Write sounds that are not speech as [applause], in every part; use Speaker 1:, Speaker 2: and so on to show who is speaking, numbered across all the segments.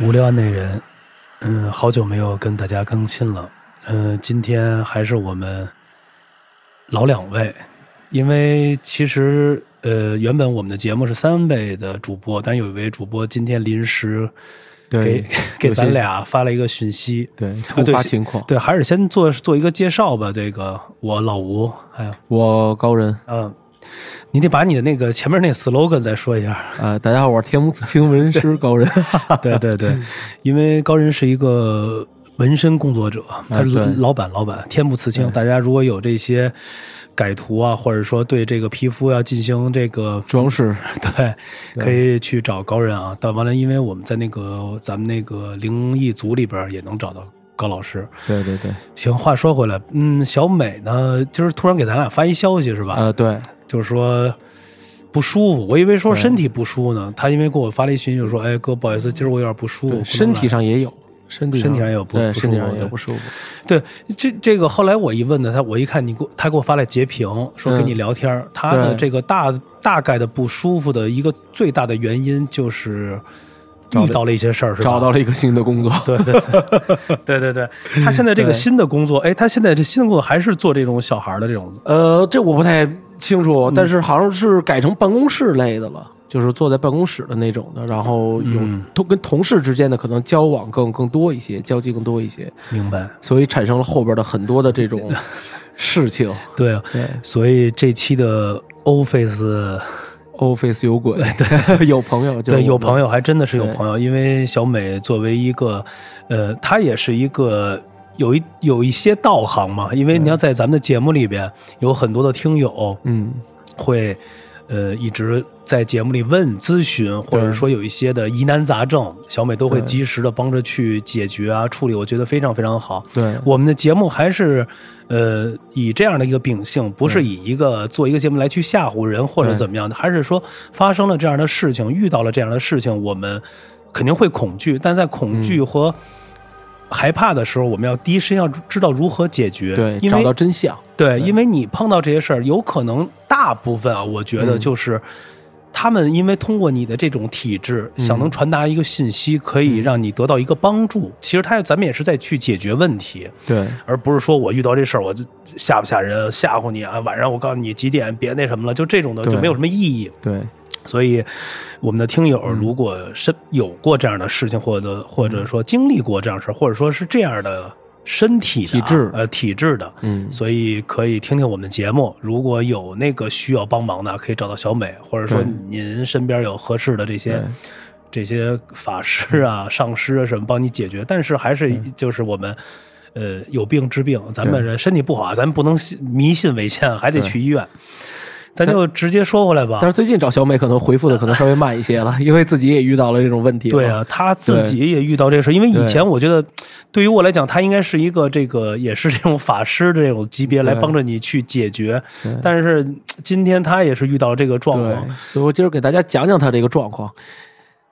Speaker 1: 无聊案内人，嗯，好久没有跟大家更新了，嗯，今天还是我们老两位，因为其实呃，原本我们的节目是三位的主播，但有一位主播今天临时给给咱俩发了一个讯息，
Speaker 2: 对
Speaker 1: 啊
Speaker 2: 突
Speaker 1: 对
Speaker 2: 发情况，
Speaker 1: 对，还是先做做一个介绍吧。这个我老吴，还有
Speaker 2: 我高人
Speaker 1: 嗯，你得把你的那个前面那 slogan 再说一下。
Speaker 2: 啊、呃大家好，我是天目刺青纹师高 [laughs] 人，
Speaker 1: 对对对，因为高人是一个纹身工作者，他是
Speaker 2: 啊对
Speaker 1: 老板，老板天不辞青。大家如果有这些改图啊，或者说对这个皮肤要进行这个 [laughs]
Speaker 2: 装饰
Speaker 1: 对，可以去找高人啊。但完了，因为我们在那个咱们那个灵异组里边也能找到高老师。
Speaker 2: 对对对，
Speaker 1: 行，话说回来，嗯，小美呢，今儿突然给咱俩发一消息是吧？
Speaker 2: 啊、对，
Speaker 1: 就是说不舒服，我以为说身体不舒呢，他因为给我发了一群，就说：“哎，哥，不好意思，今儿我有点不舒服，
Speaker 2: 对身体上也有，身体
Speaker 1: 身体上也有不
Speaker 2: 对，
Speaker 1: 不
Speaker 2: 身体
Speaker 1: 舒服
Speaker 2: 上也
Speaker 1: 对
Speaker 2: 有不舒服，
Speaker 1: 对，这这个后来我一问呢，他，我一看你给我，他给我发来截屏，说跟你聊天儿，他的
Speaker 2: 嗯对
Speaker 1: 这个大大概的不舒服的一个最大的原因就是
Speaker 2: 找
Speaker 1: 遇
Speaker 2: 了
Speaker 1: 到了一些事儿，是吧？
Speaker 2: 找到了一个新的工 [laughs] 作，
Speaker 1: 对对对对对
Speaker 2: [laughs]
Speaker 1: 对，他现在这个
Speaker 2: 对
Speaker 1: 新的工作，哎，他现在这新的工作还是做这种小孩儿的这种，
Speaker 2: 呃，这我不太清楚，但是好像是改成办公室类的了。就是坐在办公室的那种的，然后有
Speaker 1: 嗯
Speaker 2: 同跟同事之间的可能交往更更多一些，交际更多一些，
Speaker 1: 明白？
Speaker 2: 所以产生了后边的很多的这 [laughs] 种事情。
Speaker 1: 对，啊
Speaker 2: 对
Speaker 1: 所以这期的 Office。
Speaker 2: ，office 有鬼，对，有朋友，
Speaker 1: 对，有朋
Speaker 2: 友，
Speaker 1: 友还真的是有
Speaker 2: 对
Speaker 1: 朋友，因为小美作为一个，呃，她也是一个有一有一些道行嘛，因为你要在咱们的节目里边有很多的听友
Speaker 2: 嗯，
Speaker 1: 会，呃，一直在节目里问咨询，或者说有一些的疑难杂症，小美都会及时的帮着去解决啊处理，我觉得非常非常好。
Speaker 2: 对，
Speaker 1: 我们的节目还是，呃，以这样的一个秉性，不
Speaker 2: 嗯
Speaker 1: 是以一个做一个节目来去吓唬人或者怎么样的，还是说发生了这样的事情，遇到了这样的事情，我们肯定会恐惧，但在恐惧和害怕的时候，我们要第一时间要知道如何解决，
Speaker 2: 对，
Speaker 1: 因
Speaker 2: 找到嗯
Speaker 1: 为
Speaker 2: 真相，
Speaker 1: 对，因为你碰到这些事儿，有可能大部分啊，我觉
Speaker 2: 嗯
Speaker 1: 得就是。他们因为通过你的这种体质，
Speaker 2: 嗯
Speaker 1: 想能传达一个信息，可以让你得到一个帮助。其实他咱们也是在去解决问题。
Speaker 2: 对，
Speaker 1: 而不是说我遇到这事儿我就吓不吓人，吓唬你啊，晚上我告诉你几点别那什么了，就这种的
Speaker 2: 对嗯
Speaker 1: 就没有什么意义。
Speaker 2: 对，
Speaker 1: 所以，我们的听友如果身有过这样的事情，或者或
Speaker 2: 嗯
Speaker 1: 者说经历过这样的事儿，或者说是这样的身体的啊
Speaker 2: 体质
Speaker 1: 呃体质的，
Speaker 2: 嗯，
Speaker 1: 所以可以听听我们的节目。如果有那个需要帮忙的，可以找到小美，或者说
Speaker 2: 对
Speaker 1: 您身边有合适的这些这
Speaker 2: 对
Speaker 1: 些法师
Speaker 2: 嗯
Speaker 1: 啊、上师啊什么帮你解决。但是还是就是我们。呃，有病治病，咱们
Speaker 2: 对
Speaker 1: 人身体不好啊，咱们不能信迷信为先，还得
Speaker 2: 对
Speaker 1: 去医院。咱就直接说回来吧
Speaker 2: 但。是最近找小美可能回复的可能稍微慢一些了，因为自己也遇到了这种问题。
Speaker 1: 对，啊，他自己也遇到这事儿，因为以前我觉得，对于我来讲，他应该是一个这个也是这种法师这种级别来
Speaker 2: 对
Speaker 1: 帮着你去解决
Speaker 2: 对，
Speaker 1: 但是嘖今天他也是遇到了这个状
Speaker 2: 对
Speaker 1: 况，，
Speaker 2: 所以我今儿给大家讲讲她这个状况。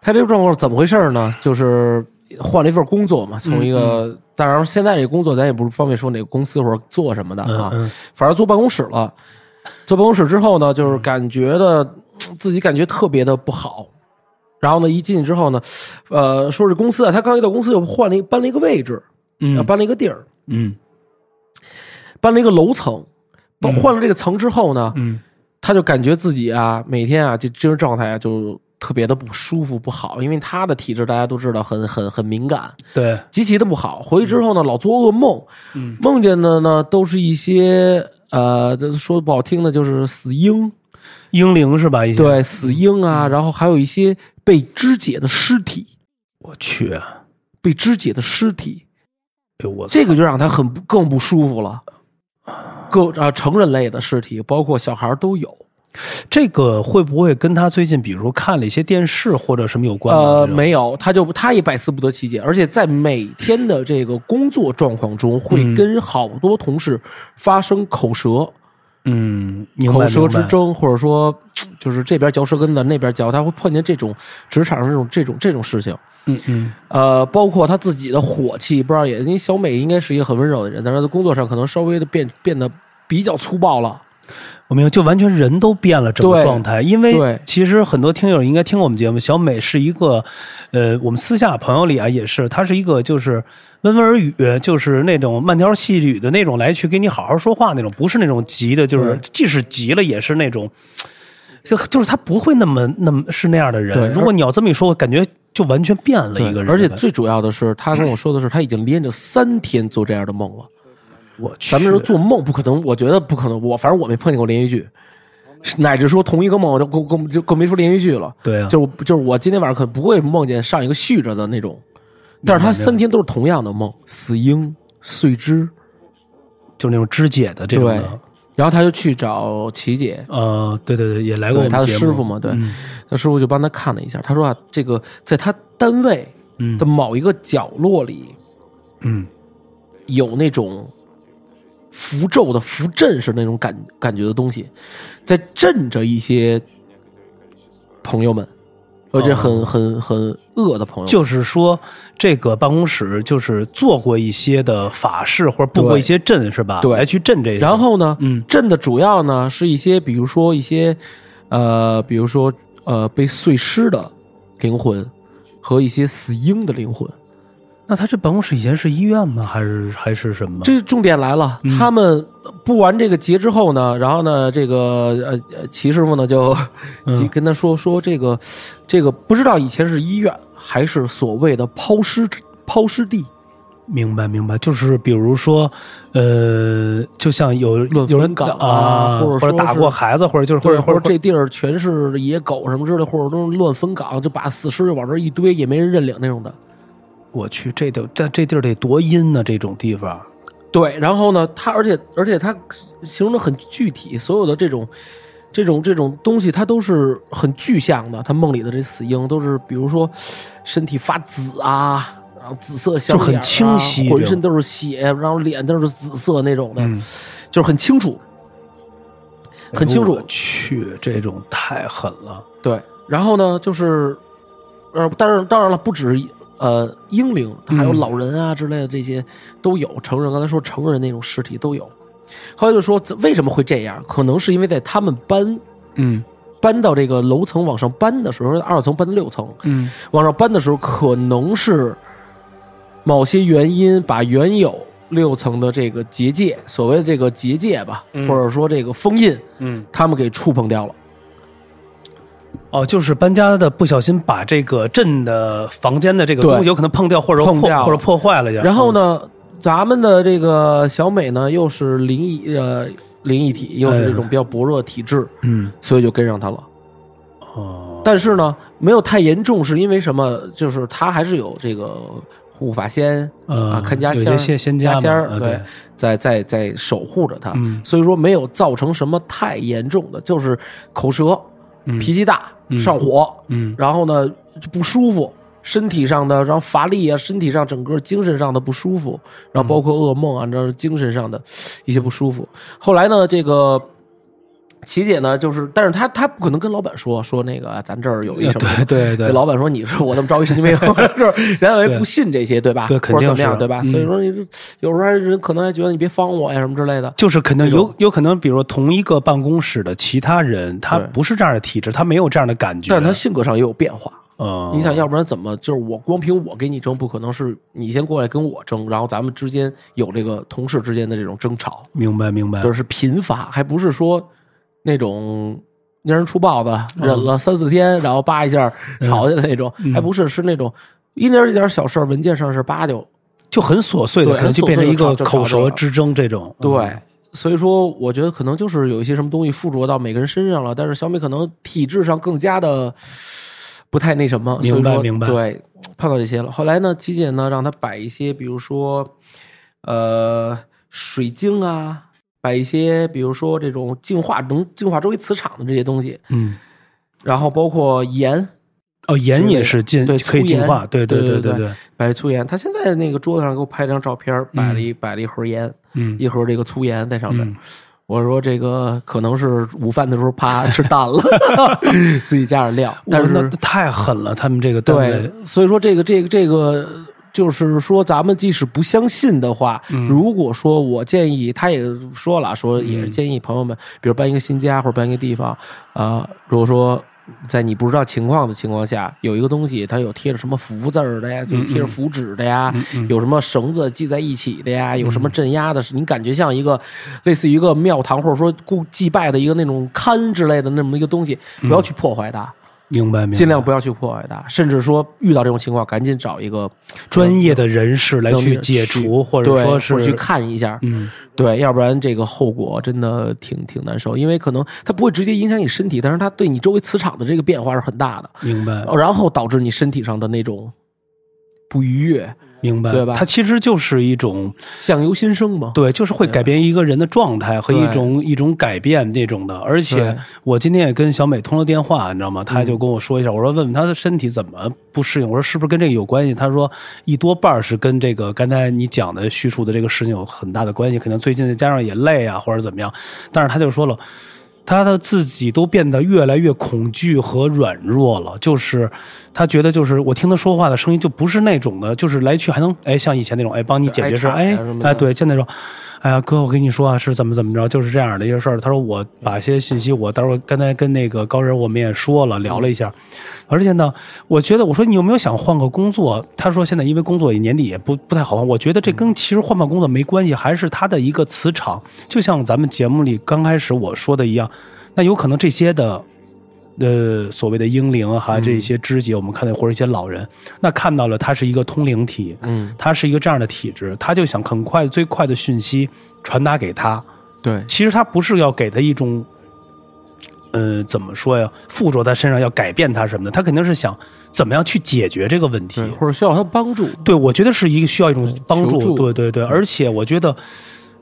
Speaker 2: 她这个状况是怎么回事呢？就是换了一份工作嘛，从一
Speaker 1: 嗯
Speaker 2: 个，当然现在这个工作咱也不方便说哪个公司或者做什么的啊，
Speaker 1: 嗯
Speaker 2: 反正坐办公室
Speaker 1: [laughs]
Speaker 2: 了。坐办公室之后呢，就是感觉的自己感觉特别的不好。然后呢，一进去之后呢，呃，说是公司啊，他刚一到公司又换了一搬了一个位置，
Speaker 1: 嗯
Speaker 2: 呃
Speaker 1: 嗯
Speaker 2: 搬了一个地儿，
Speaker 1: 嗯
Speaker 2: 搬了一个楼层。搬换了这个层之后呢，
Speaker 1: 嗯
Speaker 2: 他就感觉自己啊，每天啊，这精神状态啊，就特别的不舒服、不好，因为他的体质大家都知道很很很敏感，
Speaker 1: 对，
Speaker 2: 极其的不好。回去之后呢，老做噩梦，
Speaker 1: 嗯
Speaker 2: 梦见的呢都是一些呃，说不好听的就是死婴，
Speaker 1: 英灵是吧？以前，
Speaker 2: 对，死婴
Speaker 1: 嗯
Speaker 2: 啊，然后还有一些被肢解的尸体，
Speaker 1: 我去啊，
Speaker 2: 被肢解的尸体，
Speaker 1: 哎呦我
Speaker 2: 这个就让他很不更不舒服了。各啊，成人类的尸体，包括小孩儿都有。
Speaker 1: 这个会不会跟他最近比如看了一些电视或者什么有关吗？
Speaker 2: 呃，
Speaker 1: 这种
Speaker 2: 没有，他就他也百思不得其解，而且在每天的这个工作状况中，会
Speaker 1: 嗯
Speaker 2: 跟好多同事发生口舌、
Speaker 1: 嗯，明白
Speaker 2: 口舌
Speaker 1: 明白
Speaker 2: 之争，或者说就是这边嚼舌根子，那边嚼，他会碰见这种职场上这种这种这种事情。
Speaker 1: 嗯嗯
Speaker 2: 呃，包括他自己的火气，不知道也因为小美应该是一个很温柔的人，但是她在工作上可能稍微的变变得比较粗暴了。
Speaker 1: 我明白，就完全人都变了，整个
Speaker 2: 对
Speaker 1: 状态。因为
Speaker 2: 对
Speaker 1: 其实很多听友应该听过我们节目，小美是一个，呃，我们私下朋友里啊也是，她是一个就是温文尔语，就是那种慢条细缕的那种来去跟你好好说话那种，不是那种急的，就是
Speaker 2: 对
Speaker 1: 即使急了也是那种，就就是她不会那么那么是那样的
Speaker 2: 对
Speaker 1: 人。
Speaker 2: 而
Speaker 1: 如果你要这么一说，我感觉就完全变了一个人。
Speaker 2: 而且最主要的是，他跟我说的是，他已经连着三天做这样的梦了。
Speaker 1: 我去
Speaker 2: 咱们说做梦不可能，我觉得不可能。我反正我没碰见过连续剧，乃至说同一个梦，我就更更就更别说连续剧了。
Speaker 1: 对啊，
Speaker 2: 就是就是我今天晚上可不会梦见上一个续着的那种，但是他三天都是同样的梦，死婴、碎肢，
Speaker 1: 就是那种肢解的这种
Speaker 2: 对
Speaker 1: 的。。
Speaker 2: 然后他就去找琪姐，
Speaker 1: 呃，对对对，也来过我
Speaker 2: 对
Speaker 1: 们
Speaker 2: 他的
Speaker 1: 节目
Speaker 2: 师傅嘛，对，
Speaker 1: 嗯
Speaker 2: 他师傅就帮他看了一下，他说啊，这个在他单位
Speaker 1: 嗯
Speaker 2: 的某一个角落里
Speaker 1: 嗯，
Speaker 2: 有那种符咒的符阵式那种感感觉的东西，在镇着一些朋友们，而且很、很很恶的朋友们，
Speaker 1: 哦就是说，这个办公室就是做过一些的法事或者布过一些阵，是吧？
Speaker 2: 对
Speaker 1: 来去镇这些。
Speaker 2: 然后呢，
Speaker 1: 嗯
Speaker 2: 镇的主要呢是一些，比如说一些，呃，比如说呃被碎尸的灵魂和一些死婴的灵魂。
Speaker 1: 那他这办公室以前是医院吗？还是还是什么？
Speaker 2: 这重点来了，他们布完这个劫之后呢，然后呢，这个呃呃齐师傅呢就 [laughs] 就跟他说说这个这个不知道以前是医院还是所谓的抛尸抛尸地，
Speaker 1: 明白明白，就是比如说，呃，就像有
Speaker 2: 论
Speaker 1: 有人
Speaker 2: 文岗
Speaker 1: 啊，
Speaker 2: 啊或者
Speaker 1: 或者
Speaker 2: 说
Speaker 1: 打
Speaker 2: 是
Speaker 1: 过孩子，或者就是或者
Speaker 2: 或
Speaker 1: 或
Speaker 2: 者
Speaker 1: 者
Speaker 2: 这地儿全是野狗什么之类，或者都是乱坟岗，就把死尸就往这儿一堆，也没人认领那种的。
Speaker 1: 我去，这地这这地儿得多阴呢、这种地方，
Speaker 2: 对，然后呢，他而且而且他形容的很具体，所有的这种这种这种东西，它都是很具象的。他梦里的这死婴都是，比如说身体发紫啊，然后紫色小
Speaker 1: 就很
Speaker 2: 眼儿啊
Speaker 1: 清晰
Speaker 2: 浑
Speaker 1: 这
Speaker 2: 身
Speaker 1: 种
Speaker 2: 都是血，然后脸都是紫色那种的，
Speaker 1: 嗯
Speaker 2: 就是很清楚，很清楚
Speaker 1: 哎我。去，这种太狠了。
Speaker 2: 对，然后呢，就是呃，当然当然了，不止呃婴灵，还有
Speaker 1: 嗯
Speaker 2: 老人啊之类的这些都有，成人刚才说成人那种尸体都有。后来就说这为什么会这样？可能是因为在他们搬
Speaker 1: 嗯
Speaker 2: 搬到这个楼层往上搬的时候，二层搬到六层，
Speaker 1: 嗯，
Speaker 2: 往上搬的时候，可能是某些原因把原有六层的这个结界，所谓的这个结界吧，
Speaker 1: 嗯
Speaker 2: 或者说这个封印，
Speaker 1: 嗯，
Speaker 2: 他们给触碰掉了。
Speaker 1: 哦，就是搬家的不小心把这个镇的房间的这个
Speaker 2: 对
Speaker 1: 东西有可能碰掉，或者
Speaker 2: 碰掉
Speaker 1: 破
Speaker 2: 了
Speaker 1: 或者破坏了一下。
Speaker 2: 然后呢，咱们的这个小美呢，又是灵异呃灵异
Speaker 1: 哎
Speaker 2: 体，又是这种比较薄弱的体质，
Speaker 1: 嗯？
Speaker 2: 所以就跟上她了。
Speaker 1: 嗯，哦，
Speaker 2: 但是呢，没有太严重，是因为什么？就是她还是有这个护法仙、
Speaker 1: 呃
Speaker 2: 啊，看家
Speaker 1: 有
Speaker 2: 仙儿、
Speaker 1: 些仙仙家
Speaker 2: 家
Speaker 1: 嘛
Speaker 2: 仙儿，
Speaker 1: 呃对
Speaker 2: 对，在在在守护着她，
Speaker 1: 嗯
Speaker 2: 所以说没有造成什么太严重的，就是口舌、
Speaker 1: 嗯
Speaker 2: 脾气大、
Speaker 1: 嗯
Speaker 2: 上火，
Speaker 1: 嗯
Speaker 2: 然后呢就不舒服，身体上的，然后乏力啊，身体上整个精神上的不舒服，然后包括噩梦啊，这精神上的一些不舒服。后来呢，这个琪姐呢，就是，但是她她不可能跟老板说说那个啊咱这儿有一什么。
Speaker 1: 呃对对对，
Speaker 2: 这老板说你是我怎么招一神
Speaker 1: [laughs]
Speaker 2: 经病，是人家也
Speaker 1: 对
Speaker 2: 不信这些，对吧？
Speaker 1: 对肯定
Speaker 2: 或者怎么
Speaker 1: 是
Speaker 2: 样，对吧？
Speaker 1: 嗯
Speaker 2: 所以说你这有时候还人可能还觉得你别帮我呀什么之类的，
Speaker 1: 就是肯定
Speaker 2: 这种
Speaker 1: 有有可能，比如说同一个办公室的其他人，他
Speaker 2: 对
Speaker 1: 不是这样的体质，他没有这样的感觉。
Speaker 2: 但是他性格上也有变化。
Speaker 1: 呃，
Speaker 2: 你想要不然怎么就是我光凭我给你争，不可能是你先过来跟我争，然后咱们之间有这个同事之间的这种争吵，
Speaker 1: 明白明白，
Speaker 2: 就是频发，还不是说那种蔫人出豹子，忍了三四天，然后叭一下吵起来那种，还不是是那种一点一点小事儿，文件上是叭就
Speaker 1: 就很琐碎的，
Speaker 2: 对
Speaker 1: 可能就变成一个口舌
Speaker 2: 很琐碎的吵吵
Speaker 1: 之争这种。
Speaker 2: 对。
Speaker 1: 嗯
Speaker 2: 所以说，我觉得可能就是有一些什么东西附着到每个人身上了，但是小美可能体质上更加的不太那什么，
Speaker 1: 明白
Speaker 2: 所以说
Speaker 1: 明白
Speaker 2: 对，碰到这些了。后来呢，琪姐呢让她摆一些，比如说，呃，水晶啊，摆一些，比如说这种净化能净化周围磁场的这些东西，
Speaker 1: 嗯，
Speaker 2: 然后包括盐，
Speaker 1: 哦，盐也是进
Speaker 2: 对
Speaker 1: 可以
Speaker 2: 粗
Speaker 1: 净
Speaker 2: 盐
Speaker 1: 化，对
Speaker 2: 对
Speaker 1: 对
Speaker 2: 对
Speaker 1: 对，
Speaker 2: 摆粗盐。她现在那个桌子上给我拍了张照片，摆了一、摆了一盒盐，
Speaker 1: 嗯
Speaker 2: 一盒这个粗盐在上面。
Speaker 1: 嗯
Speaker 2: 我说这个可能是午饭的时候啪吃淡了， [laughs] 自己加点料，但
Speaker 1: 哇那
Speaker 2: 是
Speaker 1: 太狠了，他们这个单
Speaker 2: 对
Speaker 1: 位，
Speaker 2: 所以说这个这个这个就是说，咱们即使不相信的话，如果说我建议，他也说了，说也是建议朋友们，比如搬一个新家或者搬一个地方，啊、如果说在你不知道情况的情况下，有一个东西它有贴着什么福字儿的呀，就贴着符纸的呀，有什么绳子系在一起的呀，有什么镇压的，你感觉像一个类似于一个庙堂或者说供祭拜的一个那种龛之类的那么一个东西，不要去破坏它。
Speaker 1: 明白明白，
Speaker 2: 尽量不要去破坏它，甚至说遇到这种情况，赶紧找一个
Speaker 1: 专业的人士来去解除，或者
Speaker 2: 嗯对
Speaker 1: 说
Speaker 2: 或
Speaker 1: 是
Speaker 2: 者去看一下，
Speaker 1: 嗯，
Speaker 2: 对，要不然这个后果真的挺挺难受，因为可能它不会直接影响你身体，但是它对你周围磁场的这个变化是很大的，
Speaker 1: 明白
Speaker 2: 然后导致你身体上的那种不愉悦，
Speaker 1: 明白，
Speaker 2: 对吧
Speaker 1: 它其实就是一种
Speaker 2: 相由心生嘛。
Speaker 1: 对，就是会改变一个人的状态和一
Speaker 2: 对
Speaker 1: 种一种改变那种的。而且
Speaker 2: 对嗯
Speaker 1: 我今天也跟小美通了电话，你知道吗？她就跟我说一下，我说问问她的身体怎么不适应，我说是不是跟这个有关系？她说一多半儿是跟这个刚才你讲的叙述的这个事情有很大的关系，可能最近再加上也累啊，或者怎么样。但是她就说了。她的自己都变得越来越恐惧和软弱了，就是她觉得就是我听她说话的声音就不是那种的，就是来去还能哎像以前那种哎帮你解决事儿
Speaker 2: 挨
Speaker 1: 哎
Speaker 2: 查呀什么的
Speaker 1: 哎对，就那种哎呀，哥，我跟你说啊，是怎么怎么着，就是这样的一个事儿。他说我把一些信息，我待会儿刚才跟那个高人我们也说了，聊了一下。而且呢，我觉得我说你有没有想换个工作？他说现在因为工作也年底也不不太好换，我觉得这跟其实换不换工作没关系，还是他的一个磁场。就像咱们节目里刚开始我说的一样，那有可能这些的。呃，所谓的英灵啊，哈，这些肢解，我们看到或者一些老人，那看到了他是一个通灵体，
Speaker 2: 嗯，
Speaker 1: 他是一个这样的体质，他就想很快、最快的讯息传达给他。
Speaker 2: 对，
Speaker 1: 其实他不是要给他一种，呃，怎么说呀？附着他身上要改变他什么的，他肯定是想怎么样去解决这个问题
Speaker 2: 对，。或者需要他帮助，
Speaker 1: 对，我觉得是一个需要一种帮助。
Speaker 2: 嗯求助
Speaker 1: 对对对，而且我觉得。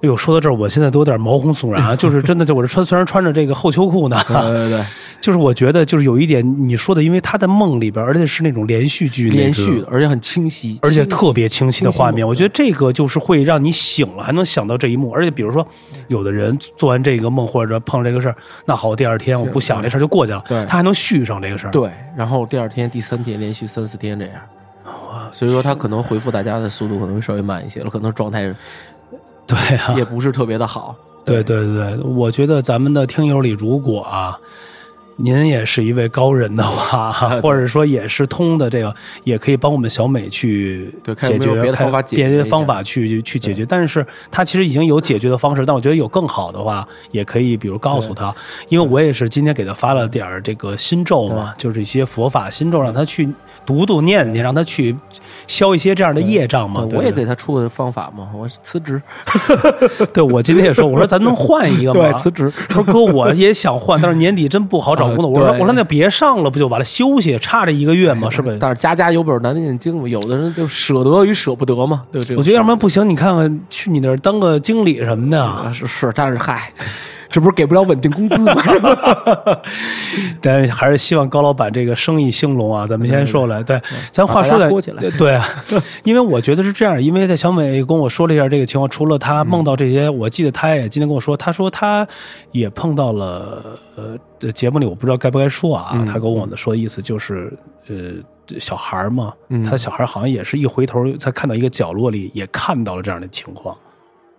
Speaker 1: 哎呦，说到这儿，我现在都有点毛孔悚然
Speaker 2: [laughs]
Speaker 1: 啊，就是真的，就我这穿虽然穿着这个厚秋裤呢，
Speaker 2: 对对，
Speaker 1: 就是我觉得就是有一点你说的，因为他在梦里边，而且是那种连续剧那
Speaker 2: 连
Speaker 1: 种
Speaker 2: 续的，而且很清晰，
Speaker 1: 而且
Speaker 2: 清晰
Speaker 1: 特别清晰的画
Speaker 2: 清晰
Speaker 1: 面，
Speaker 2: 嘛
Speaker 1: 我觉得这个就是会让你醒了还能想到这一幕。而且比如说，有的人做完这个梦或者碰上这个事儿，那好，第二天我不想这事儿就过去了，
Speaker 2: 对
Speaker 1: 他还能续上这个事儿。
Speaker 2: 对，然后第二天、第三天连续三四天这样，所以说他可能回复大家的速度可能会稍微慢一些了，可能状态
Speaker 1: 对啊，
Speaker 2: 也不是特别的好。
Speaker 1: 对对对，对我觉得咱们的听友里，如果啊，您也是一位高人的
Speaker 2: [laughs]
Speaker 1: 话，或者说也是通的这个，也可以帮我们小美去
Speaker 2: 对看有
Speaker 1: 解
Speaker 2: 没有
Speaker 1: 决
Speaker 2: 别的
Speaker 1: 看
Speaker 2: 方法解决
Speaker 1: 别的
Speaker 2: 一下
Speaker 1: 方法去去解决。但是他其实已经有解决的方式，但我觉得有更好的话，也可以比如告诉他，因为我也是今天给他发了点儿这个心咒嘛，就是一些佛法心咒，让他去读读念念，让他去消一些这样的业障嘛。啊对
Speaker 2: 我也
Speaker 1: 对
Speaker 2: 给他出个方法嘛，我辞职，
Speaker 1: 对，我今天也说，我说咱能换一
Speaker 2: [laughs]
Speaker 1: 个吗？
Speaker 2: 辞职。
Speaker 1: [laughs] 他说：“哥，我也想换，但是年底真不好找工作。”我说
Speaker 2: 啊：“对
Speaker 1: 我说那别上了，不就完了？休息差这一个月嘛，是吧？
Speaker 2: 但是家家有本难念的经嘛，有的人就舍得与舍不得嘛，对不对？
Speaker 1: 我觉得要不然不行，你看看去你那儿当个经理什么的啊。
Speaker 2: 啊是是，但是嗨，这不是给不了稳定工
Speaker 1: [laughs]
Speaker 2: 资吗？
Speaker 1: 但是还是希望高老板这个生意兴隆啊。咱们先说来，对，咱话说
Speaker 2: 嗯把大
Speaker 1: 来
Speaker 2: 家拖起来，
Speaker 1: 对啊， [laughs] 因为我觉得是这样，因为在小美跟我说了一下这个情况，除了
Speaker 2: 嗯
Speaker 1: 她梦到这些，我记得她也今天跟我说，她说她也碰到了，呃，这节目里我不知道该不该说
Speaker 2: 嗯
Speaker 1: 啊，她跟我的说的意思就是，呃。这小孩儿嘛，
Speaker 2: 嗯
Speaker 1: 他的小孩儿好像也是一回头才看到一个角落里，也看到了这样的情况。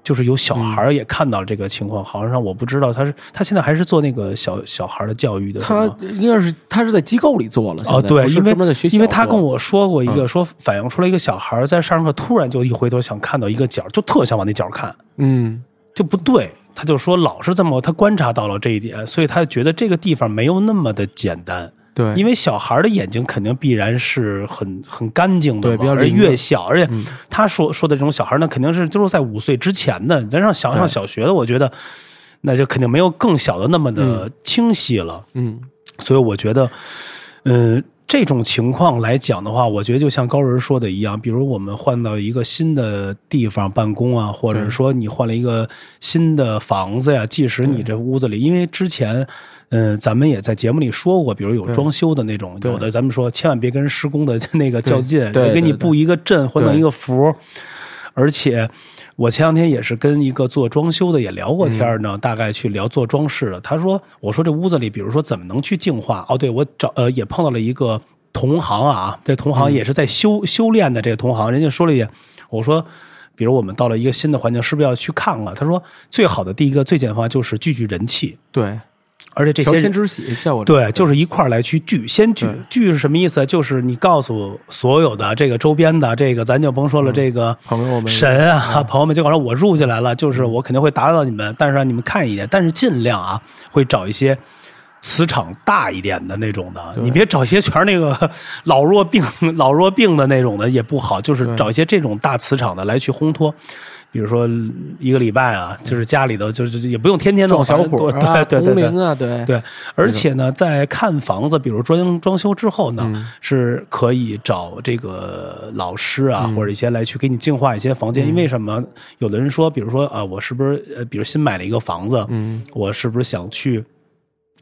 Speaker 1: 就是有
Speaker 2: 嗯
Speaker 1: 小孩儿也看到了这个情况，好像我不知道他是他现在还是做那个小小孩儿的教育的是
Speaker 2: 他
Speaker 1: 吗。
Speaker 2: 应该是他是在机构里做了，现
Speaker 1: 哦，
Speaker 2: 在
Speaker 1: 对
Speaker 2: 不，是嗯
Speaker 1: 因为
Speaker 2: 专门在学校
Speaker 1: 因为他
Speaker 2: 做
Speaker 1: 跟我说过一个，说反映出来一个小孩儿在上课，突然就一回头想看到一个角儿，就特想往那角儿看，
Speaker 2: 嗯，
Speaker 1: 就不对。他就说老是这么，他观察到了这一点，所以他觉得这个地方没有那么的简单。
Speaker 2: 对，
Speaker 1: 因为小孩的眼睛肯定必然是很很干净的嘛，
Speaker 2: 对比较嗯
Speaker 1: 而
Speaker 2: 灵的
Speaker 1: 越小，而且他说、说的这种小孩呢，肯定是就是在五岁之前的，咱上小上小学的，我觉得那就肯定没有更小的那么的清晰了。
Speaker 2: 嗯，
Speaker 1: 所以我觉得，嗯、这种情况来讲的话，我觉得就像高人说的一样，比如我们换到一个新的地方办公啊，或者说你换了一个新的房子呀、即使你这屋子里，因为之前，嗯、咱们也在节目里说过，比如有装修的那种，有的咱们说千万别跟施工的 [laughs] 那个较劲，
Speaker 2: 对对
Speaker 1: 给你
Speaker 2: 对
Speaker 1: 布一个阵或弄
Speaker 2: 对
Speaker 1: 一个符儿，而且。我前两天也是跟一个做装修的也聊过天儿呢，大概去聊做装饰的。他说：“我说这屋子里，比如说怎么能去净化？哦，对我找呃也碰到了一个同行啊，这同行也是在修、修炼的这个同行，人家说了一点，我说，比如我们到了一个新的环境，是不是要去看看？他说，最好的第一个最简方就是聚聚人气，
Speaker 2: 对，
Speaker 1: 而且这
Speaker 2: 乔
Speaker 1: 些
Speaker 2: 迁
Speaker 1: 人。
Speaker 2: 之喜叫我这
Speaker 1: 对，就是一块儿来去聚，先聚
Speaker 2: 对
Speaker 1: 聚是什么意思？就是你告诉所有的这个周边的这个，咱就甭说了，这个
Speaker 2: 嗯朋友们嗯
Speaker 1: 神啊，朋友们，就好像我入进来了，就是我肯定会打扰到你们，但是让你们看一眼，但是尽量啊，会找一些磁场大一点的那种的，你别找一些全是那个老弱病、老弱病的那种的也不好，就是找一些这种大磁场的来去烘托。比如说一个礼拜啊，就是家里头就是也不用天天弄
Speaker 2: 撞小伙儿啊，
Speaker 1: 反正多对对对
Speaker 2: 同
Speaker 1: 对
Speaker 2: 龄啊，对，
Speaker 1: 对，而且呢，在看房子，比如装装修之后呢，
Speaker 2: 嗯
Speaker 1: 是可以找这个老师啊，
Speaker 2: 嗯
Speaker 1: 或者一些来去给你净化一些房间。因为什么？有的人说，比如说啊、我是不是呃，比如新买了一个房子，
Speaker 2: 嗯，
Speaker 1: 我是不是想去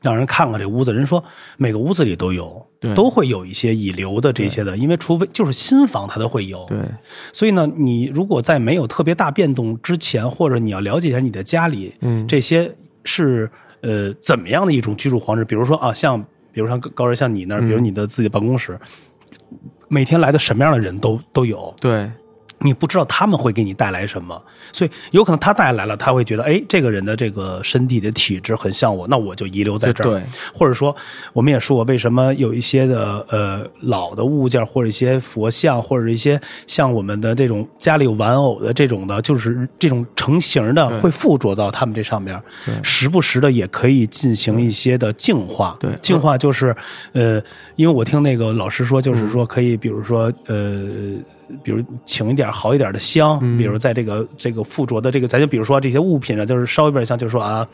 Speaker 1: 让人看看这屋子？人说每个屋子里都有
Speaker 2: 对，
Speaker 1: 都会有一些遗留的这些的，因为除非就是新房它都会有，
Speaker 2: 对，
Speaker 1: 所以呢，你如果在没有特别大变动之前，或者你要了解一下你的家里，
Speaker 2: 嗯
Speaker 1: 这些是呃怎么样的一种居住方式？比如说啊，像比如像高高人像你
Speaker 2: 嗯
Speaker 1: 那儿，比如你的自己的办公室，每天来的什么样的人都都有，
Speaker 2: 对，
Speaker 1: 你不知道他们会给你带来什么，所以有可能他带来了，他会觉得哎，这个人的这个身体的体质很像我，那我就遗留在这儿。
Speaker 2: 对，
Speaker 1: 或者说我们也说过，为什么有一些的呃老的物件或者一些佛像或者一些像我们的这种家里有玩偶的这种的，就是这种成型的会附着到他们这上边儿，时不时的也可以进行一些的净化。
Speaker 2: 对
Speaker 1: 净化就是呃，因为我听那个老师说，就是说可以，比如说呃。比如请一点好一点的香，比如在这个这个附着的这个，咱就比如说这些物品上，就是稍微有点像，就是说啊，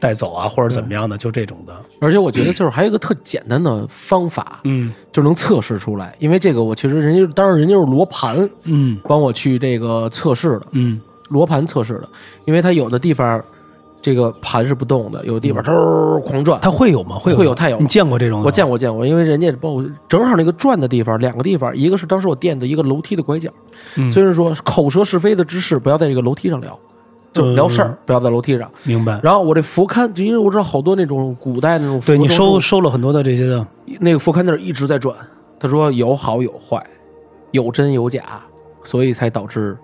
Speaker 1: 带走啊，或者怎么样的，就这种的。
Speaker 2: 而且我觉得就是还有一个特简单的方法，
Speaker 1: 嗯
Speaker 2: 就能测试出来，因为这个我其实人家当然人家是罗盘
Speaker 1: 嗯
Speaker 2: 帮我去这个测试的，
Speaker 1: 嗯
Speaker 2: 罗盘测试的，因为它有的地方这个盘是不动的，有的地方
Speaker 1: 嗯
Speaker 2: 嗖狂转，
Speaker 1: 它会有吗？会有会
Speaker 2: 会有它有
Speaker 1: 你见过这种的吗？
Speaker 2: 我见过见过，因为人家帮我正好那个转的地方两个地方，一个是当时我垫的一个楼梯的拐角，
Speaker 1: 嗯
Speaker 2: 所以说口舌是非的之事不要在这个楼梯上聊，就是聊事
Speaker 1: 嗯
Speaker 2: 儿、不要在楼梯上。
Speaker 1: 明白。
Speaker 2: 然后我这佛龛，就因为我知道好多那种古代那种佛
Speaker 1: 对你
Speaker 2: 钟
Speaker 1: 收收了很多的这些的，
Speaker 2: 那个佛龛那儿一直在转，他说有好有坏，有真有假，所以才导致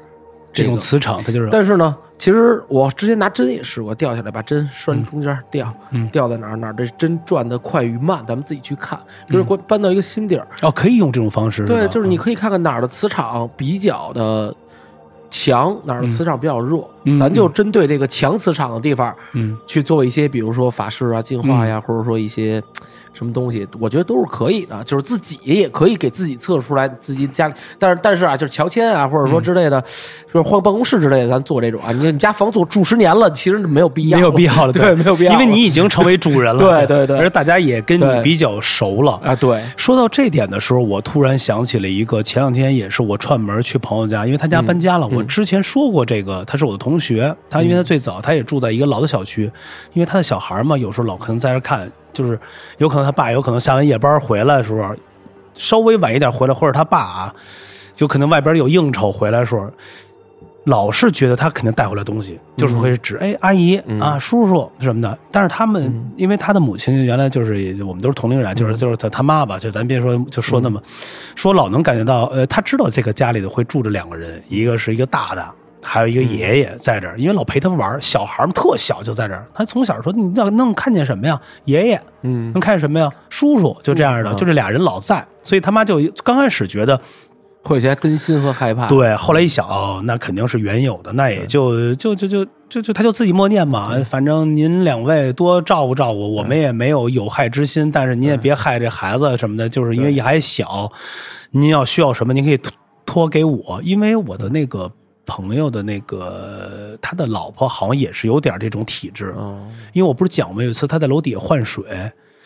Speaker 1: 这种
Speaker 2: 个
Speaker 1: 磁场，它就是
Speaker 2: 但是呢，其实我之前拿针也试过，掉下来把针拴中间掉，掉在哪儿哪儿，这针转的快与慢，咱们自己去看。比如说搬到一个新地儿，
Speaker 1: 哦，可以用这种方式。
Speaker 2: 对，
Speaker 1: 吧嗯
Speaker 2: 就是你可以看看哪儿的磁场比较的强，哪儿的磁场比较弱，
Speaker 1: 嗯
Speaker 2: 咱就针对这个强磁场的地方，
Speaker 1: 嗯，
Speaker 2: 去做一些，比如说法事啊、净化呀，或者说一些什么东西，我觉得都是可以的。就是自己也可以给自己测出来自己家里，但是但是啊，就是乔迁啊，或者说
Speaker 1: 嗯
Speaker 2: 之类的，就是换办公室之类的，咱做这种啊。你看你家房住住十年了，其实没有必要，
Speaker 1: 没有必要了，
Speaker 2: [laughs] 对，没有必要
Speaker 1: 因
Speaker 2: 了，
Speaker 1: 为你已经成为主人了，
Speaker 2: [laughs] 对对对
Speaker 1: 而且大家也跟
Speaker 2: 对
Speaker 1: 你比较熟了。
Speaker 2: 啊，对，
Speaker 1: 说到这点的时候，我突然想起了一个，前两天也是我串门去朋友家，因为他家搬家了。我之前说过这个，他是我的同学，他因为他最早他也住在一个老的小区，因为他的小孩嘛，有时候老可能在这看，就是有可能他爸有可能下完夜班回来的时候，稍微晚一点回来，或者他爸啊，就可能外边有应酬回来的时候。老是觉得他肯定带回来东西，就是会指哎阿姨、啊叔叔什么的。但是他们、因为他的母亲原来就是也我们都是同龄人，就是就是他他妈吧，就咱别说就说那么、说老能感觉到，呃，他知道这个家里头会住着两个人，一个是一个大的。还有一个爷爷在这儿，因为老陪他玩儿，小孩儿嘛特小就在这儿。他从小说你要能看见什么呀？爷爷，
Speaker 2: 嗯，
Speaker 1: 能看见什么呀？叔叔，就这样的，就这俩人老在，所以他妈就刚开始觉得
Speaker 2: 会有些担心和害怕，
Speaker 1: 对，后来一想，哦，那肯定是原有的，那也就就就就就就他就自己默念嘛，反正您两位多照顾照顾，我们也没有有害之心，但是您也别害这孩子什么的，就是因为也还小，您要需要什么，您可以托托给我，因为我的那个朋友的那个他的老婆好像也是有点这种体质，
Speaker 2: 嗯，
Speaker 1: 因为我不是讲过，有一次他在楼底下换水，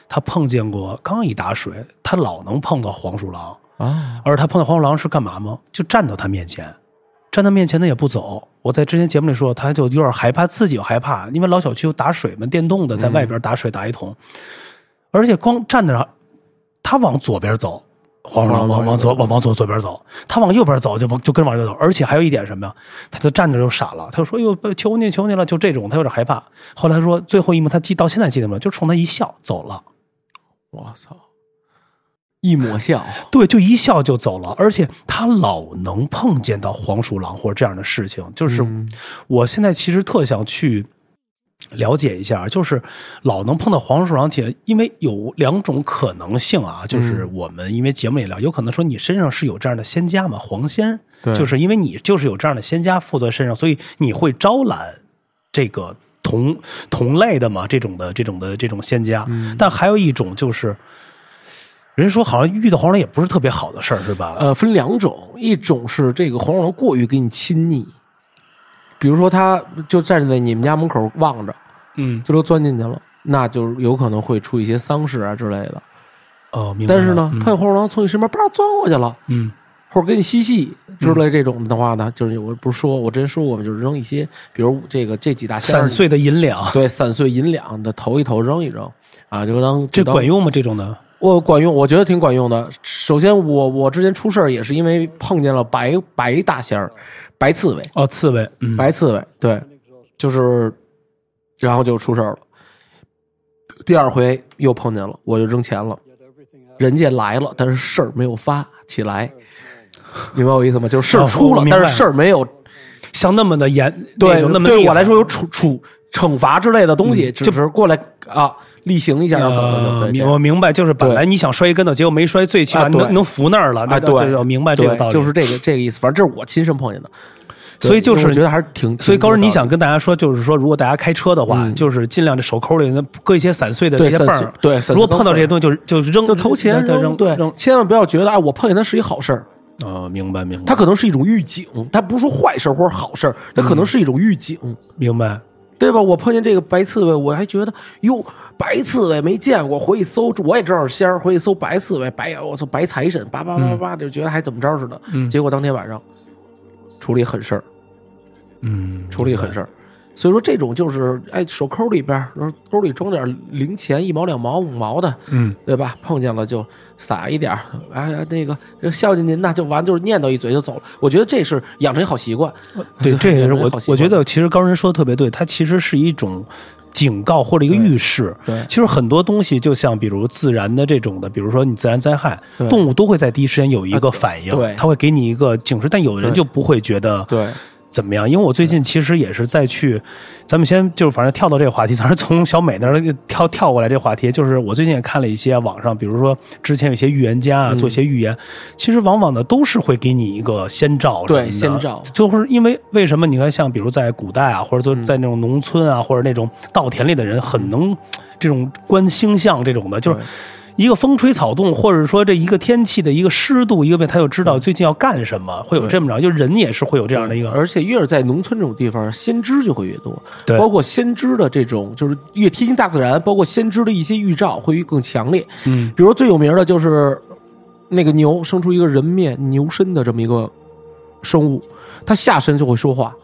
Speaker 1: 他碰见过刚一打水，他老能碰到黄鼠狼。
Speaker 2: 啊，
Speaker 1: 而他碰到黄鼠狼是干嘛吗？就站到他面前，站他面前他也不走。我在之前节目里说，他就有点害怕，自己害怕，因为老小区有打水嘛，电动的在外边打水打一桶，而且光站那儿，他往左边走，黄鼠狼往往左往往左左边走，他往右边走就往就跟往右走，而且还有一点什么呀？他就站着就傻了，他就说：“哟，求你求你了！”就这种，他有点害怕。后来说最后一幕，他记到现在记得吗？就冲他一笑走了。
Speaker 2: 我操，一
Speaker 1: [laughs]
Speaker 2: 抹笑，
Speaker 1: 对，就一笑就走了。而且他老能碰见到黄鼠狼或者这样的事情，
Speaker 2: 嗯
Speaker 1: 就是我现在其实特想去了解一下，就是老能碰到黄鼠狼且因为有两种可能性啊，
Speaker 2: 嗯
Speaker 1: 就是我们因为节目里聊，有可能说你身上是有这样的仙家嘛，黄仙，
Speaker 2: 对
Speaker 1: 就是因为你就是有这样的仙家附在身上，所以你会招揽这个同同类的嘛，这种的这种的这种仙家。
Speaker 2: 嗯
Speaker 1: 但还有一种就是，人说好像遇到黄人也不是特别好的事儿，是吧？
Speaker 2: 呃，分两种，一种是这个黄鼠狼过于给你亲昵，比如说它就站在你们家门口望着，
Speaker 1: 嗯，
Speaker 2: 最后钻进去了，那就有可能会出一些丧事啊之类的。
Speaker 1: 哦，明白了。
Speaker 2: 但是呢，
Speaker 1: 嗯
Speaker 2: 碰见黄鼠狼从你身边叭钻过去了，
Speaker 1: 嗯
Speaker 2: 或者跟你嬉戏之类这种的话呢，就是我不是说我之前说过嘛，就是扔一些，比如这个这几大箱
Speaker 1: 散
Speaker 2: 子，
Speaker 1: 碎的银两，
Speaker 2: 对，散碎银两的投一投，扔一扔啊，就当
Speaker 1: 这
Speaker 2: 就当
Speaker 1: 管用吗？这种的？
Speaker 2: 我管用，我觉得挺管用的。首先我，我之前出事儿也是因为碰见了白白大仙儿，白刺猬，
Speaker 1: 哦，刺猬，嗯，
Speaker 2: 白刺猬，对，就是，然后就出事儿了。第二回又碰见了，我就扔钱了，人家来了，但是事儿没有发起来，明白我意思吗？就是事儿
Speaker 1: 哦
Speaker 2: 出了，
Speaker 1: 我明白
Speaker 2: 但
Speaker 1: 了
Speaker 2: 是事儿没有
Speaker 1: 像那么的严，那
Speaker 2: 对
Speaker 1: 种那么
Speaker 2: 对
Speaker 1: 厉
Speaker 2: 我
Speaker 1: 害
Speaker 2: 来说有处处惩罚之类的东西，只是过来啊例行一下，然后走了就
Speaker 1: 呃
Speaker 2: 对这
Speaker 1: 明
Speaker 2: 样。
Speaker 1: 我明白，就是本
Speaker 2: 对
Speaker 1: 来你想摔一跟头，结果没摔，最起码
Speaker 2: 啊
Speaker 1: 能、
Speaker 2: 对
Speaker 1: 能扶那儿了。那
Speaker 2: 啊，对，
Speaker 1: 我明白这个
Speaker 2: 对
Speaker 1: 道理。
Speaker 2: 就是这个这个意思。反正这是我亲身碰见的，对
Speaker 1: 所以就是
Speaker 2: 我觉得还是挺，
Speaker 1: 所以高人，
Speaker 2: 人
Speaker 1: 你想跟大家说，就是说，如果大家开车的话，就是尽量这手抠里能搁一些散碎的这
Speaker 2: 嗯对
Speaker 1: 些
Speaker 2: 散
Speaker 1: 泵
Speaker 2: 碎
Speaker 1: 儿。
Speaker 2: 对散碎
Speaker 1: 如果碰到这
Speaker 2: 都可以
Speaker 1: 些东西，就是就扔，
Speaker 2: 就投钱
Speaker 1: 对
Speaker 2: 扔，
Speaker 1: 扔，
Speaker 2: 对
Speaker 1: 扔。，
Speaker 2: 千万不要觉得啊，我碰见他是一好事儿，
Speaker 1: 哦，明白明白，
Speaker 2: 他可能是一种预警，他不是说坏事儿或者好事儿，他可能是一种预警。
Speaker 1: 明白。
Speaker 2: 对吧？我碰见这个白刺猬，我还觉得哟，白刺猬没见过，回去搜，我也知道是仙儿，回去搜白刺猬，白我操白财神，叭叭叭叭叭，就觉得还怎么着似的。
Speaker 1: 嗯
Speaker 2: 结果当天晚上处理狠事儿，
Speaker 1: 嗯，
Speaker 2: 处理狠事儿。所以说这种就是，哎，手抠里边儿，然后兜里装点零钱，一毛两毛五毛的，
Speaker 1: 嗯，
Speaker 2: 对吧？碰见了就撒一点儿，哎呀，那个孝敬您呐，就完，就是念叨一嘴就走了。我觉得这是养成一好习惯，
Speaker 1: 对，这
Speaker 2: [laughs]
Speaker 1: 也是我
Speaker 2: 好习惯
Speaker 1: 我觉得其实高人说的特别对，它其实是一种警告或者一个预示。
Speaker 2: 对对
Speaker 1: 其实很多东西就像比如自然的这种的，比如说你自然灾害，
Speaker 2: 对
Speaker 1: 动物都会在第一时间有一个反应，
Speaker 2: 对
Speaker 1: 它会给你一个警示，但有的人
Speaker 2: 对
Speaker 1: 就不会觉得
Speaker 2: 对，
Speaker 1: 怎么样？因为我最近其实也是在去，咱们先就是反正跳到这个话题，咱是从小美那儿跳跳过来这个话题。就是我最近也看了一些网上，比如说之前有些预言家啊做一些预
Speaker 2: 嗯
Speaker 1: 言，其实往往呢都是会给你一个先兆什么的，
Speaker 2: 对先兆
Speaker 1: 就是因为为什么你看像比如在古代啊，或者说在那种农村啊，或者那种稻田里的人很能这种观星象这种的，就是
Speaker 2: 嗯对。
Speaker 1: 一个风吹草动，或者说这一个天气的一个湿度，一个变，他就知
Speaker 2: 嗯
Speaker 1: 道最近要干什么，会有这么着。就人也是会有这样的一个，
Speaker 2: 而且越是在农村这种地方，先知就会越多，
Speaker 1: 对
Speaker 2: 包括先知的这种就是越贴近大自然，包括先知的一些预兆会更强烈。
Speaker 1: 嗯，
Speaker 2: 比如说最有名的就是那个牛生出一个人面牛身的这么一个生物，它下身就会说话，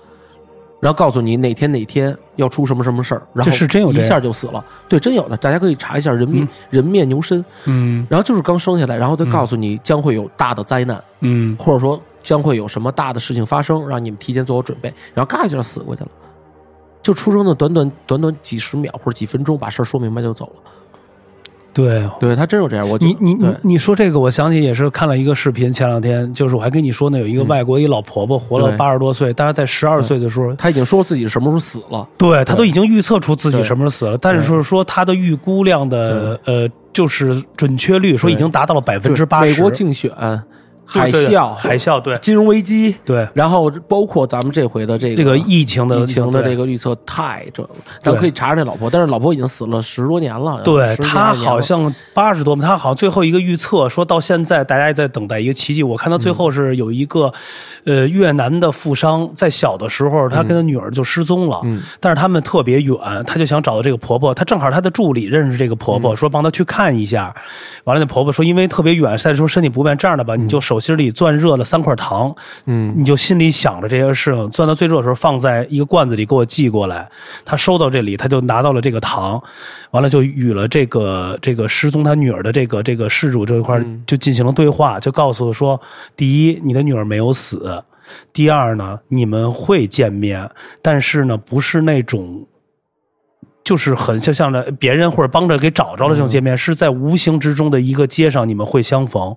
Speaker 2: 然后告诉你哪天哪天要出什么什么事儿，然
Speaker 1: 这
Speaker 2: 后
Speaker 1: 是真有这
Speaker 2: 一
Speaker 1: 样
Speaker 2: 下就死了，对，真有的，大家可以查一下人面、人面牛身，
Speaker 1: 嗯
Speaker 2: 然后就是刚生下来，然后它告诉你将会有大的灾难。
Speaker 1: 嗯，
Speaker 2: 或者说将会有什么大的事情发生，让你们提前做好准备，然后嘎一下死过去了，就出生的短短短短几十秒或者几分钟，把事儿说明白就走了。
Speaker 1: 对。
Speaker 2: 对他真有这样，我就
Speaker 1: 你你你
Speaker 2: 对
Speaker 1: 你说这个，我想起也是看了一个视频，前两天就是我还跟你说呢，有一个外国一老婆婆活了
Speaker 2: 嗯对
Speaker 1: 八十多岁，但是在十二岁的时候，
Speaker 2: 他已经说自己什么时候死了，
Speaker 1: 对她都已经预测出自己
Speaker 2: 对
Speaker 1: 什么时候死了，但是说说她的预估量的呃就是准确率，说已经达到了百分之八
Speaker 2: 美
Speaker 1: 十。
Speaker 2: 国竞选、海
Speaker 1: 对对对
Speaker 2: 啸、
Speaker 1: 海啸，对
Speaker 2: 金融危机，
Speaker 1: 对，
Speaker 2: 然后包括咱们这回的这个
Speaker 1: 这个疫情的
Speaker 2: 疫情的这
Speaker 1: 个，
Speaker 2: 个预测太准了，咱们
Speaker 1: 对
Speaker 2: 可以查查那老婆，但是老婆已经死了十多年了，
Speaker 1: 对
Speaker 2: 十几
Speaker 1: 她
Speaker 2: 二十年
Speaker 1: 好
Speaker 2: 了
Speaker 1: 像八十多嘛，她好像最后一个预测说到现在大家也在等待一个奇迹。我看到
Speaker 2: 嗯
Speaker 1: 最后是有一个呃越南的富商在小的时候，他跟
Speaker 2: 嗯
Speaker 1: 他女儿就失踪了，但是他们特别远，他就想找到这个婆婆，他正好他的助理认识这个婆
Speaker 2: 嗯
Speaker 1: 婆，说帮他去看一下。完了，那婆婆说因为特别远，再说身体不便，这样的吧，你
Speaker 2: 嗯
Speaker 1: 就手心里攥热了三块糖，嗯，你就心里想着这些事情，攥到最热的时候放在一个罐子里给我寄过来。他收到这里，他就拿到了这个糖，完了就与了这个这个失踪他女儿的这个这个事主这一块儿就进行了对话，就告诉说，第一，你的女儿没有死。第二呢，你们会见面，但是呢，不是那种就是很像像着别人或者帮着给找着了这种界面，是在无形之中的一个街上你们会相逢。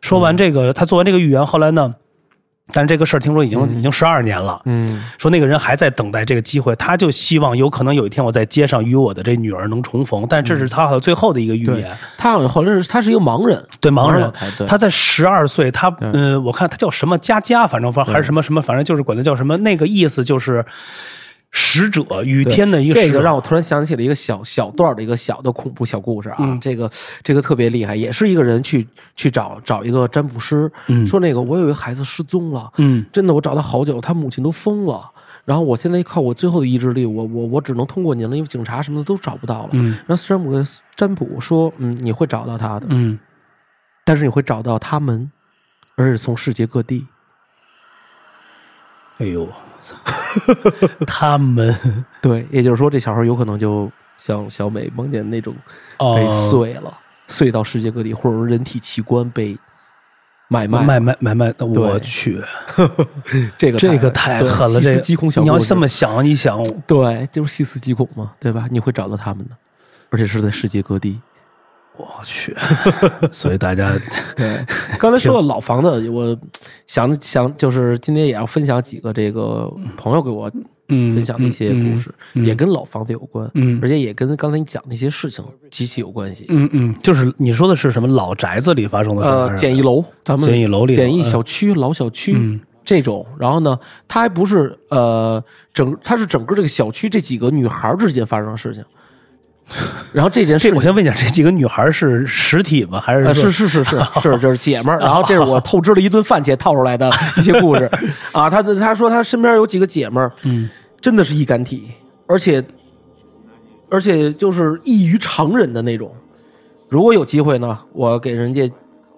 Speaker 1: 说完这个，他做完这个预言，后来呢，但是这个事儿听说已经、已经十二年了，
Speaker 2: 嗯
Speaker 1: 说那个人还在等待这个机会，他就希望有可能有一天我在街上与我的这女儿能重逢，但这是他好像最后的一个预
Speaker 2: 对
Speaker 1: 言。
Speaker 2: 他好像后来是他是一个盲人，
Speaker 1: 对盲
Speaker 2: 老
Speaker 1: 人
Speaker 2: 太对，
Speaker 1: 他在十二岁，他嗯，我看他叫什么佳佳，反正反正还是什么什么，反正就是管他叫什么，那个意思就是使者，雨
Speaker 2: 对
Speaker 1: 天的一个
Speaker 2: 这
Speaker 1: 使者
Speaker 2: 个让我突然想起了一个小小段儿的一个小的恐怖小故事啊，
Speaker 1: 嗯
Speaker 2: 这个这个特别厉害，也是一个人去去找找一个占卜师，
Speaker 1: 嗯
Speaker 2: 说那个我有一个孩子失踪了，
Speaker 1: 嗯
Speaker 2: 真的我找他好久，他母亲都疯了，然后我现在靠我最后的意志力，我我我只能通过您了，因为警察什么的都找不到了。
Speaker 1: 嗯
Speaker 2: 然后斯占卜占卜说，嗯，你会找到他的，
Speaker 1: 嗯，
Speaker 2: 但是你会找到他们，而且是从世界各地。
Speaker 1: 哎
Speaker 2: [laughs]
Speaker 1: 呦，我操他们
Speaker 2: 对，也就是说，这小孩有可能就像小美梦见那种被
Speaker 1: 哦，
Speaker 2: 碎了，碎到世界各地，或者说人体器官被买卖。
Speaker 1: 买买买卖，我
Speaker 2: 对
Speaker 1: 去，
Speaker 2: 这个
Speaker 1: 这个太
Speaker 2: 对
Speaker 1: 狠了，
Speaker 2: 细
Speaker 1: 这
Speaker 2: 思极恐小
Speaker 1: 你要
Speaker 2: 故事
Speaker 1: 这么想，你想，
Speaker 2: 对，就是细思极恐嘛，对吧？你会找到他们的，而且是在世界各地。
Speaker 1: 我
Speaker 2: [laughs]
Speaker 1: 去，所以大家 [laughs]
Speaker 2: 对， [laughs] 刚才说到老房子，我想想就是今天也要分享几个这个朋友给我
Speaker 1: 嗯
Speaker 2: 分享的一些
Speaker 1: 嗯嗯
Speaker 2: 故事，也跟老房子有关，
Speaker 1: 嗯
Speaker 2: 而且也跟刚才你讲那些事情极其有关系。
Speaker 1: 嗯嗯，就是你说的是什么老宅子里发生的事儿还
Speaker 2: 呃，
Speaker 1: 是？
Speaker 2: 简易楼，咱们
Speaker 1: 简易楼里头
Speaker 2: 简易小区、老小区、
Speaker 1: 嗯
Speaker 2: 这种，然后呢，它还不是呃整，它是整个这个小区这几个女孩儿之间发生的事情。然后这件事
Speaker 1: 这
Speaker 2: 情
Speaker 1: 我先问一下，这几个女孩是实体吗？还是
Speaker 2: 呃，
Speaker 1: 说
Speaker 2: 是是是是是，就是
Speaker 1: [laughs]
Speaker 2: 姐们儿。然后这是我透支了一顿饭钱套出来的一些故事啊。他他说他身边有几个姐们儿，
Speaker 1: 嗯，
Speaker 2: 真的是易感体，而且而且就是异于常人的那种。如果有机会呢，我给人家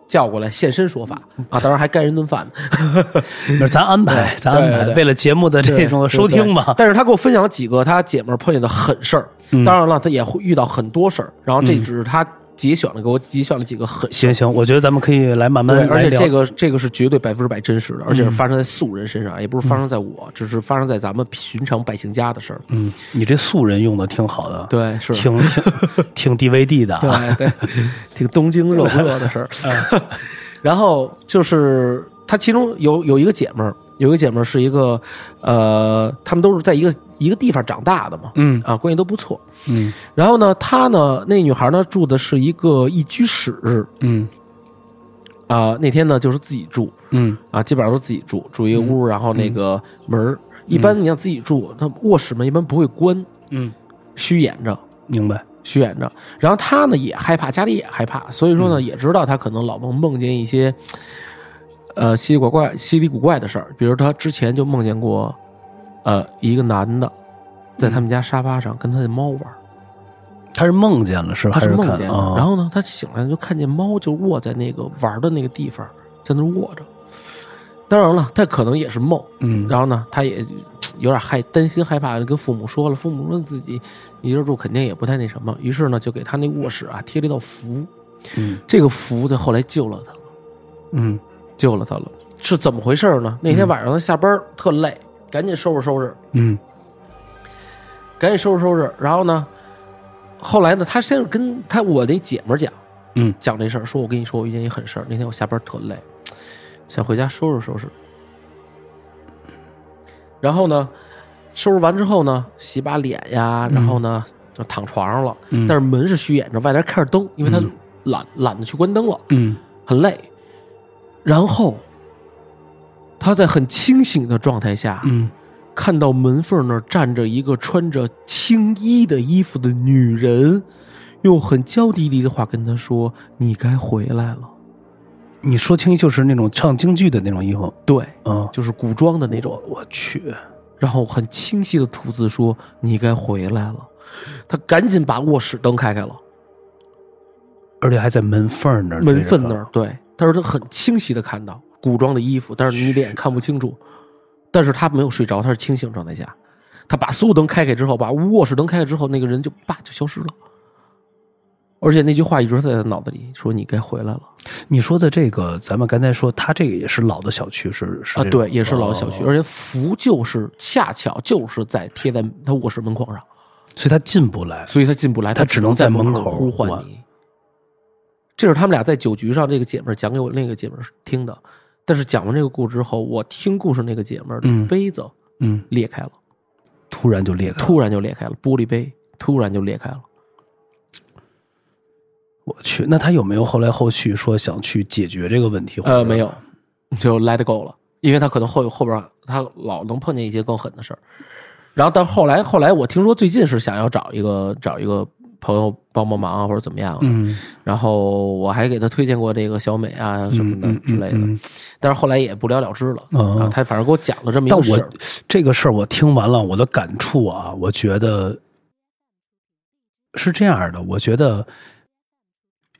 Speaker 2: 叫过来现身说
Speaker 1: [laughs]
Speaker 2: 法啊，当然还干人顿饭呢。
Speaker 1: 那咱安排，咱安
Speaker 2: 对
Speaker 1: 排，
Speaker 2: 对
Speaker 1: 为了节目的这种收听
Speaker 2: 嘛，
Speaker 1: 嘛。
Speaker 2: 但是他给我分享了几个他姐们儿碰见的狠事儿，
Speaker 1: 嗯
Speaker 2: 当然了，他也会遇到很多事儿，然后这只是他节选了，给我节选了几个狠事儿。
Speaker 1: 行行，我觉得咱们可以来慢
Speaker 2: 对，
Speaker 1: 慢
Speaker 2: 而
Speaker 1: 来
Speaker 2: 且
Speaker 1: 聊。
Speaker 2: 这个这个是绝对百分之百真实的，而且是发生在素人身上，也不是发生在我，只是发生在咱们寻常百姓家的事儿。
Speaker 1: 嗯，你这素人用的挺好的，
Speaker 2: 对，是。
Speaker 1: 挺挺挺
Speaker 2: [laughs]
Speaker 1: DVD 的啊。
Speaker 2: 对 [laughs] 对，挺东京热不热的事 [laughs] 儿。嗯然后就是她其中有有一个姐妹儿，有一个姐妹儿是一个呃，她们都是在一个一个地方长大的嘛，
Speaker 1: 嗯
Speaker 2: 啊，关系都不错。
Speaker 1: 嗯
Speaker 2: 然后呢，她呢，那女孩呢住的是一个一居室
Speaker 1: 嗯
Speaker 2: 啊、那天呢就是自己住，
Speaker 1: 嗯
Speaker 2: 啊，基本上都自己住，住一个屋，然后那个门儿，一般你要自己住，那卧室门一般不会关，
Speaker 1: 嗯，
Speaker 2: 虚掩着，
Speaker 1: 明白。
Speaker 2: 虚掩着。然后他呢也害怕，家里也害怕，所以说
Speaker 1: 嗯
Speaker 2: 呢、也知道他可能老梦梦见一些，呃，稀里怪怪、稀里古怪的事儿，比如他之前就梦见过，呃，一个男的
Speaker 1: 嗯
Speaker 2: 在他们家沙发上跟他的猫玩儿，
Speaker 1: 他是梦见了是吧
Speaker 2: 他
Speaker 1: 还
Speaker 2: 是
Speaker 1: 是
Speaker 2: 梦
Speaker 1: 看
Speaker 2: 见的。
Speaker 1: 啊？
Speaker 2: 然后呢，他醒来就看见猫就卧在那个玩儿的那个地方，在那儿卧着。当然了，他可能也是梦，
Speaker 1: 嗯，
Speaker 2: 然后呢，他也有点害担心害怕，跟父母说了，父母说自己一个人住肯定也不太那什么，于是呢就给他那卧室啊贴了一道符，
Speaker 1: 嗯
Speaker 2: 这个符在后来救了他了，
Speaker 1: 嗯
Speaker 2: 救了他了，是怎么回事呢？那天晚上他下班儿特累，赶紧收拾收拾，
Speaker 1: 嗯
Speaker 2: 赶紧收拾收拾，然后呢，后来呢，他先是跟他我那姐们儿讲，
Speaker 1: 嗯
Speaker 2: 讲这事儿，说我跟你说，我遇见一狠事儿。那天我下班特累，想回家收拾收拾。然后呢，收拾完之后呢，洗把脸呀，然后呢就躺床上了。
Speaker 1: 嗯
Speaker 2: 但是门是虚掩着，外边开着灯，因为他懒、懒得去关灯了，
Speaker 1: 嗯
Speaker 2: 很累。然后他在很清醒的状态下，
Speaker 1: 嗯，
Speaker 2: 看到门缝那儿站着一个穿着青衣的衣服的女人，用很娇滴滴的话跟他说：“你该回来了。
Speaker 1: 你说清就是那种唱京剧的那种衣服”
Speaker 2: 对，
Speaker 1: 啊。
Speaker 2: 就是古装的那种。
Speaker 1: 我去，
Speaker 2: 然后很清晰的吐字说：“你该回来了。”他赶紧把卧室灯开开了，
Speaker 1: 而且还在门缝儿那儿，
Speaker 2: 门缝那儿。对，但是他很清晰的看到古装的衣服，但是你脸看不清楚。但是他没有睡着，他是清醒状态下。他把所有灯开开之后，把卧室灯开开之后，那个人就叭就消失了。而且那句话一直在他脑子里，说你该回来了
Speaker 1: 你说的这个，咱们刚才说，它这个也是老的小区，是是
Speaker 2: 啊！
Speaker 1: 这种
Speaker 2: 对，也是老小区，
Speaker 1: 哦
Speaker 2: 而且符就是恰巧就是在贴在他卧室门框上，
Speaker 1: 所以他进不来。
Speaker 2: 所以他进不来，
Speaker 1: 他只能
Speaker 2: 在
Speaker 1: 在门
Speaker 2: 口
Speaker 1: 口
Speaker 2: 呼唤
Speaker 1: 唤
Speaker 2: 你。这是他们俩在酒局上，这个姐们儿讲给我那个姐们儿听的。但是讲完这个故事之后，我听故事那个姐们儿的
Speaker 1: 嗯
Speaker 2: 杯子
Speaker 1: 嗯，
Speaker 2: 裂开了，
Speaker 1: 突然就裂开了。
Speaker 2: 突然就裂开了，玻璃杯突然就裂开了。
Speaker 1: 我
Speaker 2: 嗯
Speaker 1: 去，那他有没有后来后续说想去解决这个问题？
Speaker 2: 呃，没有，， [laughs] 就 let it go 了，因为他可能后后边儿他老能碰见一些更狠的事儿。然后到后来，后来我听说最近是想要找一个找一个朋友帮帮忙啊，或者怎么样啊、
Speaker 1: 嗯，
Speaker 2: 然后我还给他推荐过这个小美啊什么的
Speaker 1: 嗯嗯
Speaker 2: 之类的，
Speaker 1: 嗯
Speaker 2: 但是后来也不了了之了。
Speaker 1: 哦
Speaker 2: 啊，他反正给我讲了这么一
Speaker 1: 但
Speaker 2: 个事
Speaker 1: 我
Speaker 2: 儿，
Speaker 1: 这个事儿我听完了，我的感触啊，我觉得是这样的。我觉得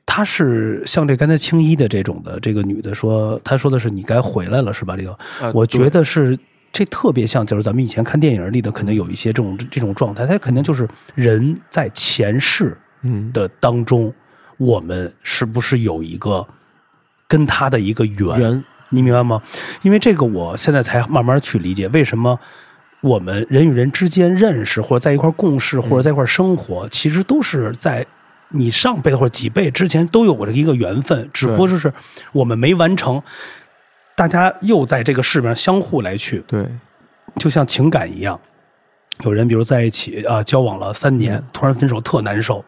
Speaker 1: 她是像这刚才青衣的这种的这个女的说，她说的是你该回来了是吧？这个
Speaker 2: 呃
Speaker 1: 我
Speaker 2: 对
Speaker 1: 觉得是这特别像，就是咱们以前看电影里的，肯定有一些这种这种状态，它肯定就是人在前世
Speaker 2: 嗯
Speaker 1: 的当中，我们是不是有一个跟他的一个缘？
Speaker 2: 人
Speaker 1: 你明白吗？因为这个，我现在才慢慢去理解为什么我们人与人之间认识，或者在一块儿共事，或者在一块儿生活，其实都是在你上辈子或者几辈之前都有过这一个缘分，只不过就是我们没完成。大家又在这个世面上相互来去，
Speaker 2: 对
Speaker 1: 就像情感一样，有人比如在一起啊、交往了三
Speaker 2: 嗯
Speaker 1: 年，突然分手特难受。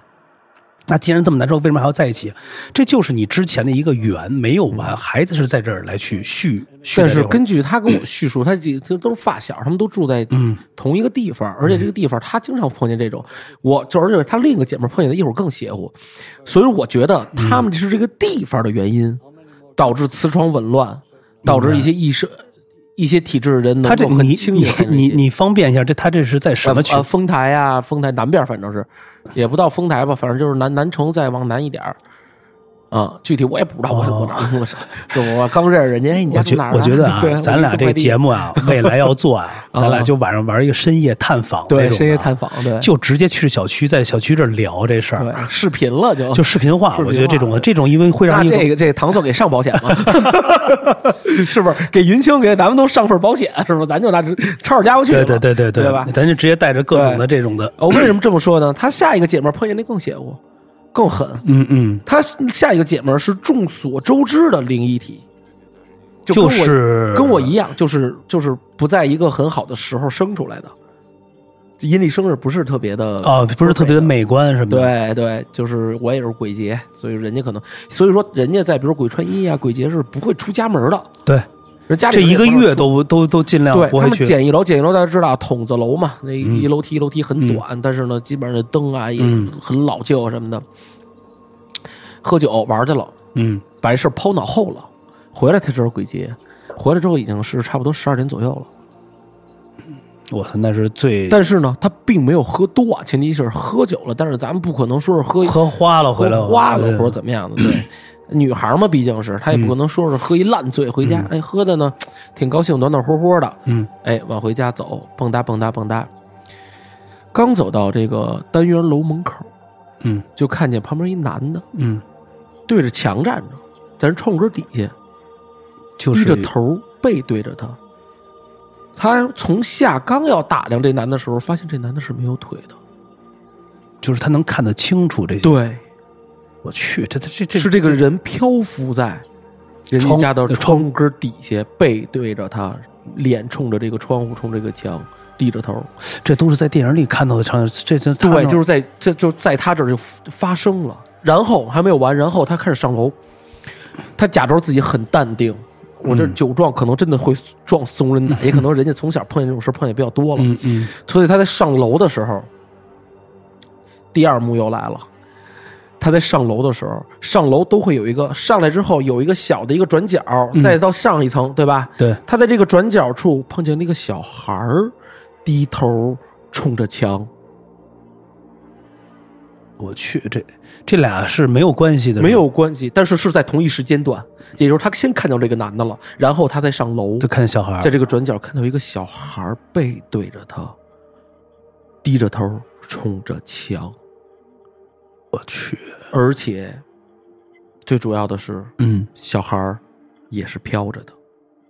Speaker 1: 那既然这么难受，为什么还要在一起？这就是你之前的一个缘没有完，还是在这儿来去续续在这
Speaker 2: 但嗯是
Speaker 1: 块儿。
Speaker 2: 根据他跟
Speaker 1: 嗯
Speaker 2: 我叙述，他这这都是发小，他们都住在同一个地方，而且这个地方他经常碰见这种，我就而且他另一个姐妹碰见的一会儿更邪乎，所以我觉得
Speaker 1: 嗯
Speaker 2: 他们是这个地方的原因，导致磁场紊乱，导致一些意识、一些体制的人能
Speaker 1: 他这
Speaker 2: 够很
Speaker 1: 你
Speaker 2: 轻易
Speaker 1: 你
Speaker 2: 地看见
Speaker 1: 你
Speaker 2: 一些
Speaker 1: 你方便一下，这他这是在什么区
Speaker 2: 呃？呃丰台啊，丰台南边，反正是也不到丰台吧，反正就是南南城再往南一点儿。啊，具体我也不知道，我我哪儿我是是我刚认识人家，哎，你家
Speaker 1: 哦我
Speaker 2: 住
Speaker 1: 觉
Speaker 2: 哪儿、啊？
Speaker 1: 我觉得啊
Speaker 2: [laughs] 对，
Speaker 1: 咱俩这个节
Speaker 2: 目，
Speaker 1: 目
Speaker 2: [laughs]
Speaker 1: 啊，未来要做啊，咱俩
Speaker 2: 啊
Speaker 1: 就晚上玩一个深夜探访那种
Speaker 2: 对
Speaker 1: 的啊
Speaker 2: 深夜探访，对，
Speaker 1: 就直接去小区，在小区这儿聊这事儿，
Speaker 2: 对视频了就，
Speaker 1: 就视频化。
Speaker 2: 视频
Speaker 1: 我觉得这种
Speaker 2: 化
Speaker 1: 的这种，因为会
Speaker 2: 那
Speaker 1: 让一种
Speaker 2: 这个这个唐总给上保险
Speaker 1: [laughs]
Speaker 2: 吗？是不是给云清给咱们都上份保险？是不是？咱就拿直抄着家伙去
Speaker 1: 对
Speaker 2: 了，
Speaker 1: 对对对
Speaker 2: 对吧？
Speaker 1: 咱就直接带着各种的这种的，
Speaker 2: 我为什么这么说呢？他下一个姐们儿碰见那更邪乎，更狠，
Speaker 1: 嗯嗯，
Speaker 2: 她下一个姐们儿是众所周知的灵异体，就跟
Speaker 1: 就
Speaker 2: 我
Speaker 1: 是
Speaker 2: 跟我一样，就是就是不在一个很好的时候生出来的，阴历生日不是特别的
Speaker 1: 啊，不是特别的。美观什么的，
Speaker 2: 对对，就是我也是鬼节，所以人家可能，所以说人家在比如鬼穿衣啊、鬼节是不会出家门的，
Speaker 1: 对
Speaker 2: 人家里
Speaker 1: 这一个
Speaker 2: 人也不
Speaker 1: 月
Speaker 2: 让出
Speaker 1: 都都都尽量
Speaker 2: 对
Speaker 1: 不
Speaker 2: 他
Speaker 1: 会
Speaker 2: 们
Speaker 1: 去，
Speaker 2: 简易楼，简易楼大家知道筒子楼嘛，那一楼梯一楼梯很短，但是呢，基本上这灯啊也
Speaker 1: 嗯
Speaker 2: 很老旧啊什么的，喝酒玩去了。
Speaker 1: 嗯
Speaker 2: 把这事儿抛脑后了，回来才知道鬼节。回来之后已经是差不多十二点左右了，
Speaker 1: 我操，那是最
Speaker 2: 但是呢，他并没有喝多啊，前提是喝酒了。但是咱们不可能说是喝
Speaker 1: 喝花了嗯回来
Speaker 2: 喝花了
Speaker 1: 对
Speaker 2: 或者怎么样的，对。女孩嘛，毕竟是她也
Speaker 1: 嗯
Speaker 2: 不可能说是喝一烂醉回家，哎，喝的呢挺高兴，暖暖和和的，
Speaker 1: 嗯
Speaker 2: 哎，往回家走，蹦哒蹦哒蹦哒。刚走到这个单元楼门口，
Speaker 1: 嗯
Speaker 2: 就看见旁边一男的
Speaker 1: 嗯，
Speaker 2: 对着墙站着，在人窗户根底下，
Speaker 1: 就
Speaker 2: 低
Speaker 1: 是
Speaker 2: 着头，背对着他。他从下刚要打量这男的时候，发现这男的是没有腿的。
Speaker 1: 就是他能看得清楚这些，
Speaker 2: 对，
Speaker 1: 我去，这这这这
Speaker 2: 是这个人漂浮在人家
Speaker 1: 窗
Speaker 2: 家的
Speaker 1: 呃
Speaker 2: 窗户根底下，背对着他，脸冲着这个窗户，冲这个墙，低着头。
Speaker 1: 这都是在电影里看到的场景，这这他
Speaker 2: 对，
Speaker 1: 那
Speaker 2: 就是在这就在他这儿就发生了。然后还没有完，然后他开始上楼，他假装自己很淡定。我
Speaker 1: 嗯
Speaker 2: 这酒壮可能真的会撞怂人胆，也可能人家从小碰见这种事儿碰见比较多了。
Speaker 1: 嗯嗯，
Speaker 2: 所以他在上楼的时候，第二幕又来了。他在上楼的时候，上楼都会有一个上来之后有一个小的一个转角，再到上一层，对吧？
Speaker 1: 对，
Speaker 2: 他在这个转角处碰见那个小孩儿，低头冲着墙，
Speaker 1: 我去，这这俩是没有关系的，
Speaker 2: 没有关系，但是是在同一时间段，也就是他先看到这个男的了，然后他再上楼
Speaker 1: 就，看见小孩儿
Speaker 2: 在这个转角看到一个小孩儿背对着他，低着头冲着墙。
Speaker 1: 我去，
Speaker 2: 而且最主要的是，
Speaker 1: 嗯，
Speaker 2: 小孩儿也是飘着的。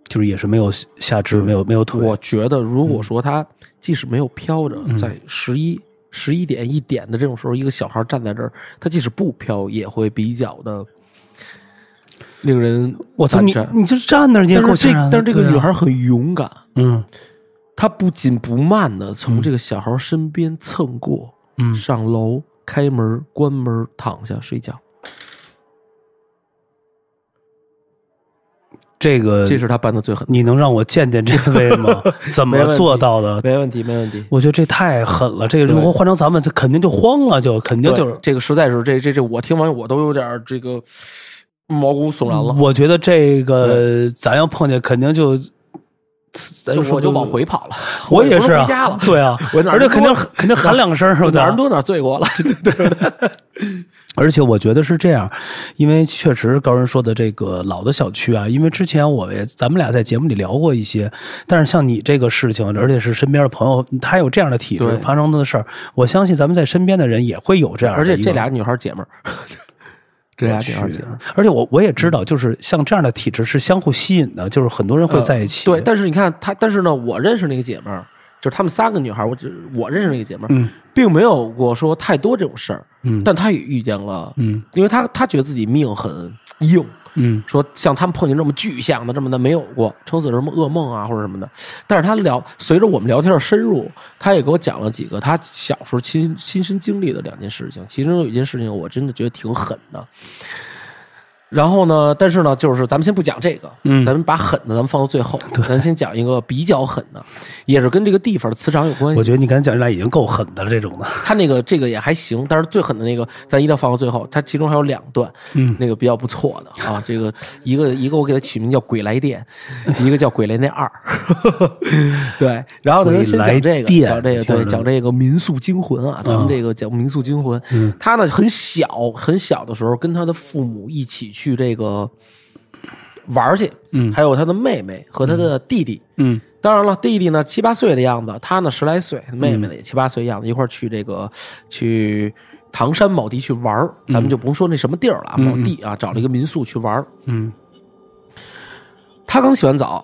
Speaker 1: 就是也是没有
Speaker 2: 嗯
Speaker 1: 下肢，没有没有腿，嗯
Speaker 2: 我觉得，如果说他即使没有飘着，在十一、十一点一点的这种时候，一个小孩站在这儿，他即使不飘，也会比较的令人
Speaker 1: 我操
Speaker 2: 胆
Speaker 1: 你
Speaker 2: 战
Speaker 1: 你就站那儿，你也够
Speaker 2: 但是
Speaker 1: 吓
Speaker 2: 这
Speaker 1: 人的。
Speaker 2: 但是这个
Speaker 1: 对啊
Speaker 2: 女，孩很勇敢，
Speaker 1: 嗯
Speaker 2: 她不紧不慢的从这个小孩身边蹭过，
Speaker 1: 嗯，
Speaker 2: 上楼、开门、关门、躺下睡觉，
Speaker 1: 这个
Speaker 2: 这是她办的最狠的。
Speaker 1: 你能让我见见这位 [laughs] 吗？怎
Speaker 2: 没
Speaker 1: 么
Speaker 2: 问题
Speaker 1: 做到的？
Speaker 2: 没问题，没问题。
Speaker 1: 我觉得这太狠了，这个如果换成咱们，他肯定就慌了，就肯定
Speaker 2: 对
Speaker 1: 就是。
Speaker 2: 这个，实在是这这这，我听完我都有点儿这个毛骨悚然了，
Speaker 1: 我觉得这个咱要碰见，肯定就，咱
Speaker 2: 就
Speaker 1: 说
Speaker 2: 我就往，回跑了，
Speaker 1: 我也
Speaker 2: 不
Speaker 1: 是
Speaker 2: 能
Speaker 1: 啊
Speaker 2: 回家了，
Speaker 1: 对 [laughs] 啊，
Speaker 2: [laughs] 我哪儿
Speaker 1: 而且
Speaker 2: 都
Speaker 1: 肯定肯定喊 [laughs] 两声儿，是
Speaker 2: 我哪
Speaker 1: 吧
Speaker 2: 儿？多哪儿
Speaker 1: [laughs]
Speaker 2: 罪过了，
Speaker 1: 而且我觉得是这样，因为确实高人说的这个老的小区啊，因为之前我也咱们俩在节目里聊过一些，但是像你这个事情，而且是身边的朋友，他有这样的体质
Speaker 2: 对
Speaker 1: 发生的事儿，我相信咱们在身边的人也会有这样的
Speaker 2: [laughs] 而
Speaker 1: 一个。
Speaker 2: 且这俩女孩儿
Speaker 1: [laughs]
Speaker 2: 姐们儿，这俩
Speaker 1: 我
Speaker 2: 女
Speaker 1: 去
Speaker 2: 孩儿姐们儿。
Speaker 1: 而且嗯我我也知道，就是像这样的体质是相互吸引的，就是很多人会在一起。
Speaker 2: 对，但是你看她，但是呢，我认识那个姐们儿，就是她们三个女孩儿，我只我认识那个姐们儿，
Speaker 1: 嗯
Speaker 2: 并没有过说太多这种事儿，
Speaker 1: 嗯
Speaker 2: 但她也遇见了，
Speaker 1: 嗯
Speaker 2: 因为她她觉得自己命很硬，
Speaker 1: 嗯
Speaker 2: 说像他们碰见这么具象的这么的没有过，撑死是什么噩梦啊或者什么的。但是他聊，随着我们聊天的深入，他也给我讲了几个他小时候亲亲身经历的两件事情，其中有一件事情我真的觉得挺狠的。然后呢，但是呢，就是咱们先不讲这个，
Speaker 1: 嗯
Speaker 2: 咱们把狠的咱们放到最后，咱先讲一个比较狠的，也是跟这个地方的磁场有关系。
Speaker 1: 我觉得你刚才讲这俩已经够狠的了，这种的。
Speaker 2: 他那个这个也还行，但是最狠的那个咱一定要放到最后。它其中还有两段，
Speaker 1: 嗯，
Speaker 2: 那个比较不错的啊。这个一个一个我给它起名叫《鬼来电》，一个叫《鬼来电二》。 [laughs] 对，然后呢，咱先讲这
Speaker 1: 鬼来
Speaker 2: 个，
Speaker 1: 电
Speaker 2: 讲这个，
Speaker 1: 听着
Speaker 2: 对，讲这个民宿惊魂啊。咱们这个讲民宿惊魂，
Speaker 1: 嗯
Speaker 2: 他呢很小很小的时候，跟他的父母一起去这个玩儿去，嗯，还有他的妹妹和他的弟弟，
Speaker 1: 嗯
Speaker 2: 当然了，弟弟呢七八岁的样子，他呢十来岁，妹
Speaker 1: 嗯
Speaker 2: 妹呢也七八岁样子，一块儿去这个去唐山某地去玩儿，咱们就不说那什么地儿了，啊，某地啊，找了一个民宿去玩儿。
Speaker 1: 嗯
Speaker 2: 他刚洗完澡，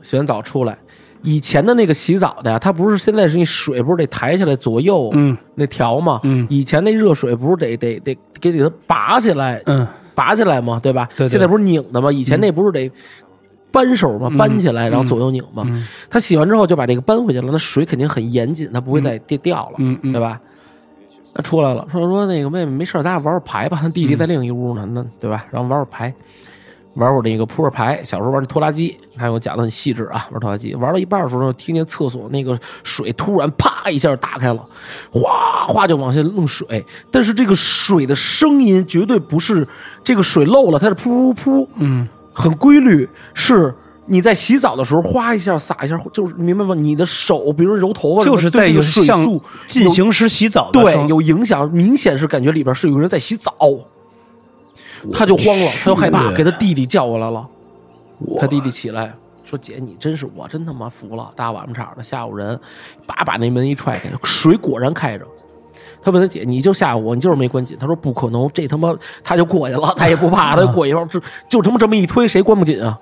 Speaker 2: 洗完澡出来，以前的那个洗澡的呀，他不是现在是那水不是得抬起来左右
Speaker 1: 嗯
Speaker 2: 那调吗？
Speaker 1: 嗯
Speaker 2: 以前那热水不是得得得给给它拔起来，
Speaker 1: 嗯
Speaker 2: 拔起来嘛，对吧？
Speaker 1: 对对嗯
Speaker 2: 现在不是拧的吗？以前那不是得扳手嘛，扳起来然后左右拧
Speaker 1: 嗯
Speaker 2: 嘛。他洗完之后就把这个扳回去了，那水肯定很严谨，它不会再跌掉了，
Speaker 1: 嗯嗯
Speaker 2: 对吧？那出来了，说说那个妹妹没事儿，咱俩玩会儿牌吧。他弟
Speaker 1: 嗯
Speaker 2: 弟在另一屋呢，那对吧？然后玩会儿牌，玩会儿那个扑克牌。小时候玩那拖拉机，还有讲的很细致啊，玩拖拉机。玩到一半的时候，听见厕所那个水突然啪一下打开了，哗哗就往下弄水，但是这个水的声音绝对不是这个水漏了，它是噗噗噗，
Speaker 1: 嗯，
Speaker 2: 很规律，是你在洗澡的时候哗一下洒一下，就是明白吗？你的手，比如揉头发什么
Speaker 1: 就
Speaker 2: 的，
Speaker 1: 是在
Speaker 2: 对这
Speaker 1: 有
Speaker 2: 个水
Speaker 1: 像
Speaker 2: 速
Speaker 1: 进行时洗澡的时
Speaker 2: 对
Speaker 1: 候
Speaker 2: 有影响，明显是感觉里边是有人在洗澡，他就慌了，他就害怕，给他弟弟叫过来了。他弟弟起来说：“姐，你真是我真他妈服了，大晚上场的吓唬人，叭把那门一踹开，水果然开着。”他问他姐：“你就吓唬我，你就是没关紧。”他说：“不可能，这他妈他就过去了，他也不怕，他就过去了，就就他妈这么一推，谁关不紧啊？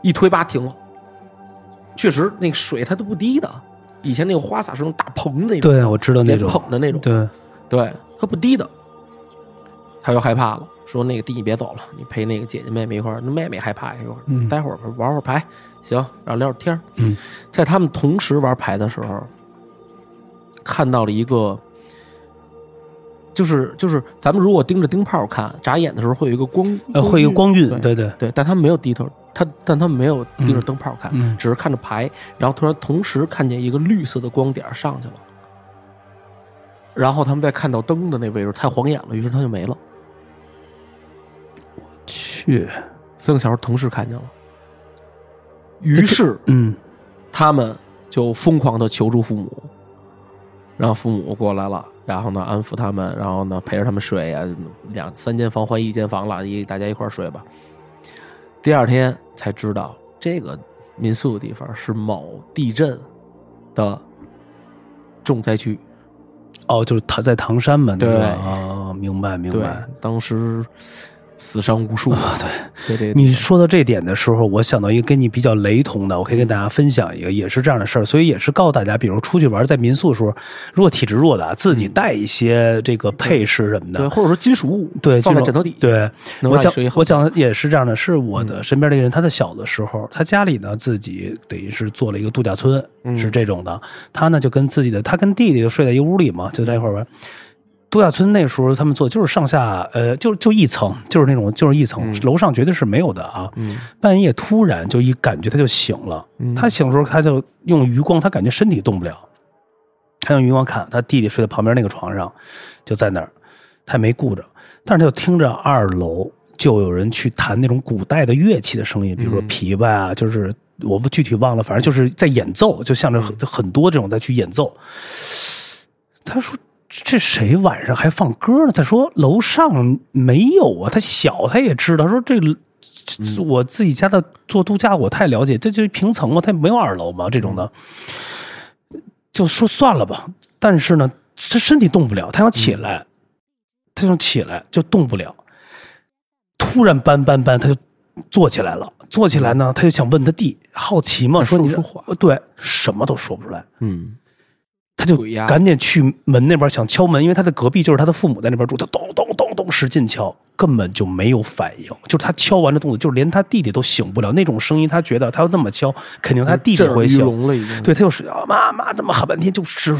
Speaker 2: 一推叭停了，确实那个水它都不滴的，以前那个花洒是那种大棚的那种，
Speaker 1: 对，啊我知道那
Speaker 2: 连
Speaker 1: 种，
Speaker 2: 捧的那种，
Speaker 1: 对，呃
Speaker 2: 对，他不低的，他就害怕了，说那个弟你别走了，你陪那个姐姐妹妹一块儿，那妹妹害怕一会儿，
Speaker 1: 嗯
Speaker 2: 待会儿玩会儿牌，行，然后聊会儿天儿
Speaker 1: 嗯，
Speaker 2: 在他们同时玩牌的时候，看到了一个，就是就是咱们如果盯着钉炮看，眨眼的时候会有一个光，
Speaker 1: 呃，会有光晕，
Speaker 2: 嗯对
Speaker 1: 对对，
Speaker 2: 对，但他们没有低头，他但他们没有盯着灯泡看，
Speaker 1: 嗯嗯
Speaker 2: 只是看着牌，然后突然同时看见一个绿色的光点儿上去了，然后他们再看到灯的那位置太晃眼了，于是他就没了。
Speaker 1: 去，
Speaker 2: 三个小孩同时看见了，于是
Speaker 1: 嗯
Speaker 2: 他们就疯狂的求助父母，然后父母过来了，然后呢安抚他们，然后呢陪着他们睡呀、两三间房换一间房了，一大家一块儿睡吧。第二天才知道，这个民宿的地方是某地震的重灾区。
Speaker 1: 哦，就是他在唐山嘛，那个
Speaker 2: 对
Speaker 1: 啊，明白明
Speaker 2: 对
Speaker 1: 白，，
Speaker 2: 当时死伤无数。
Speaker 1: 啊，对，
Speaker 2: 对对对，
Speaker 1: 你说到这点的时候，我想到一个跟你比较雷同的，我可
Speaker 2: 嗯
Speaker 1: 以跟大家分享一个，也是这样的事儿，所以也是告诉大家，比如出去玩，在民宿的时候，如果体质弱的啊，自己带一些这个配饰什么
Speaker 2: 嗯对，
Speaker 1: 的，
Speaker 2: 或者说金属物
Speaker 1: 对，
Speaker 2: 放在
Speaker 1: 这种
Speaker 2: 枕头底，
Speaker 1: 对，
Speaker 2: 能
Speaker 1: 我
Speaker 2: 让你
Speaker 1: 讲
Speaker 2: 睡一好
Speaker 1: 我讲的也是这样的，是我
Speaker 2: 嗯
Speaker 1: 的身边的一个人，他在小的时候，他家里呢自己等于是做了一个度假村，
Speaker 2: 嗯
Speaker 1: 是这种的。他呢就跟自己的，他跟弟弟就睡在一屋里嘛，就在一块儿玩。度假村那时候他们做就是上下呃，就就一层，就是那种就是一层，
Speaker 2: 嗯
Speaker 1: 楼上绝对是没有的啊。半夜突然就一感觉他就醒了，
Speaker 2: 嗯
Speaker 1: 他醒的时候他就用余光，他感觉身体动不了，他用余光看他弟弟睡在旁边那个床上，就在那儿，他也没顾着，但是他就听着二楼就有人去弹那种古代的乐器的声音，比如说琵琶啊，就是我不具体忘了，反正就是在演奏，就像着很很多这种在去演奏。他说。这谁晚上还放歌呢？他说楼上没有啊，他小他也知道。说这这这我自己家的做度假，我太了解，这就是平层嘛，啊他没有二楼嘛，这种的。就说算了吧。但是呢，他身体动不了，他想起来，他想起来就动不了。突然搬搬搬，他就坐起来了。坐起来呢，他就想问他弟，好奇嘛，说
Speaker 2: 说不
Speaker 1: 你
Speaker 2: 出话，
Speaker 1: 对，什么都说不出来。
Speaker 2: 嗯，
Speaker 1: 他就
Speaker 2: 鬼压
Speaker 1: 赶紧去门那边想敲门，因为他的隔壁就是他的父母在那边住，他咚咚咚咚使劲敲，根本就没有反应，就是他敲完的动作，就是连他弟弟都醒不了那种声音，他觉得他要那么敲，肯定他弟弟
Speaker 2: 震耳
Speaker 1: 会
Speaker 2: 欲
Speaker 1: 醒，
Speaker 2: 聋了已经。
Speaker 1: 对他就是啊妈妈怎么喊半天就是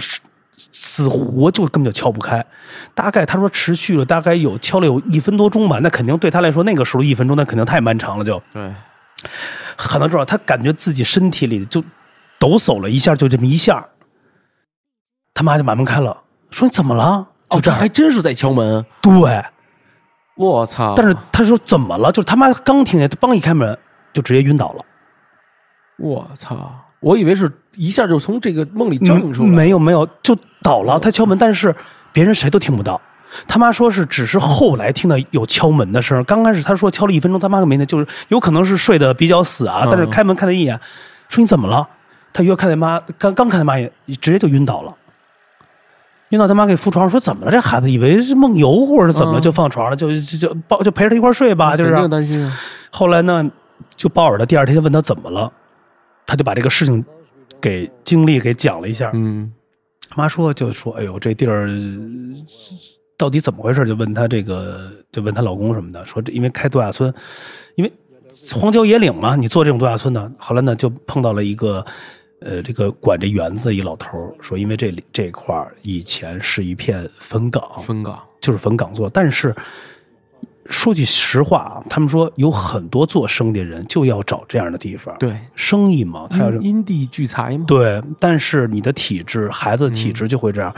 Speaker 1: 死活就根本就敲不开，大概他说持续了大概有敲了有一分多钟吧，那肯定对他来说那个时候一分钟那肯定太漫长了就，
Speaker 2: 对，
Speaker 1: 喊到这儿，他感觉自己身体里就抖擞了一下，就这么一下，他妈就把门开了，说你怎么了？
Speaker 2: 哦，
Speaker 1: 就这
Speaker 2: 这
Speaker 1: 样，
Speaker 2: 还真是在敲门，啊
Speaker 1: 对，
Speaker 2: 我操！
Speaker 1: 但是他说怎么了？就是他妈刚听见，他帮一开门就直接晕倒了，
Speaker 2: 我操，我以为是一下就从这个梦里挣出来，
Speaker 1: 嗯没有没有就倒了。他敲门，但是别人谁都听不到。他妈说是只是后来听到有敲门的声儿，刚开始他说敲了一分钟，他妈都没听，就是有可能是睡得比较死啊，但是
Speaker 2: 嗯
Speaker 1: 开门看他一眼，说你怎么了？他越看他妈，刚刚看他妈一眼，直接就晕倒了。晕到他妈给扶床上，说怎么了？这孩子以为是梦游或者怎么了，
Speaker 2: 嗯
Speaker 1: 就放床上，就就就抱就陪着他一块儿睡吧，就是
Speaker 2: 肯定担心啊。
Speaker 1: 后来呢，就抱着他，第二天问他怎么了，他就把这个事情给经历给讲了一下。
Speaker 2: 嗯，
Speaker 1: 他妈说就说，哎呦，这地儿呃到底怎么回事？就问他这个，就问她老公什么的，说这因为开度假村，因为荒郊野岭嘛，你做这种度假村呢，后来呢就碰到了一个。呃，这个管这园子的一老头儿说，因为这里这块儿以前是一片坟岗，
Speaker 2: 嗯分岗
Speaker 1: 就是坟岗做。但是说句实话啊，他们说有很多做生意的人就要找这样的地方，，
Speaker 2: 对，嗯
Speaker 1: 生意嘛，他要是
Speaker 2: 因因地聚财嘛。
Speaker 1: 对，但是你的体质，孩子的体质就会这样，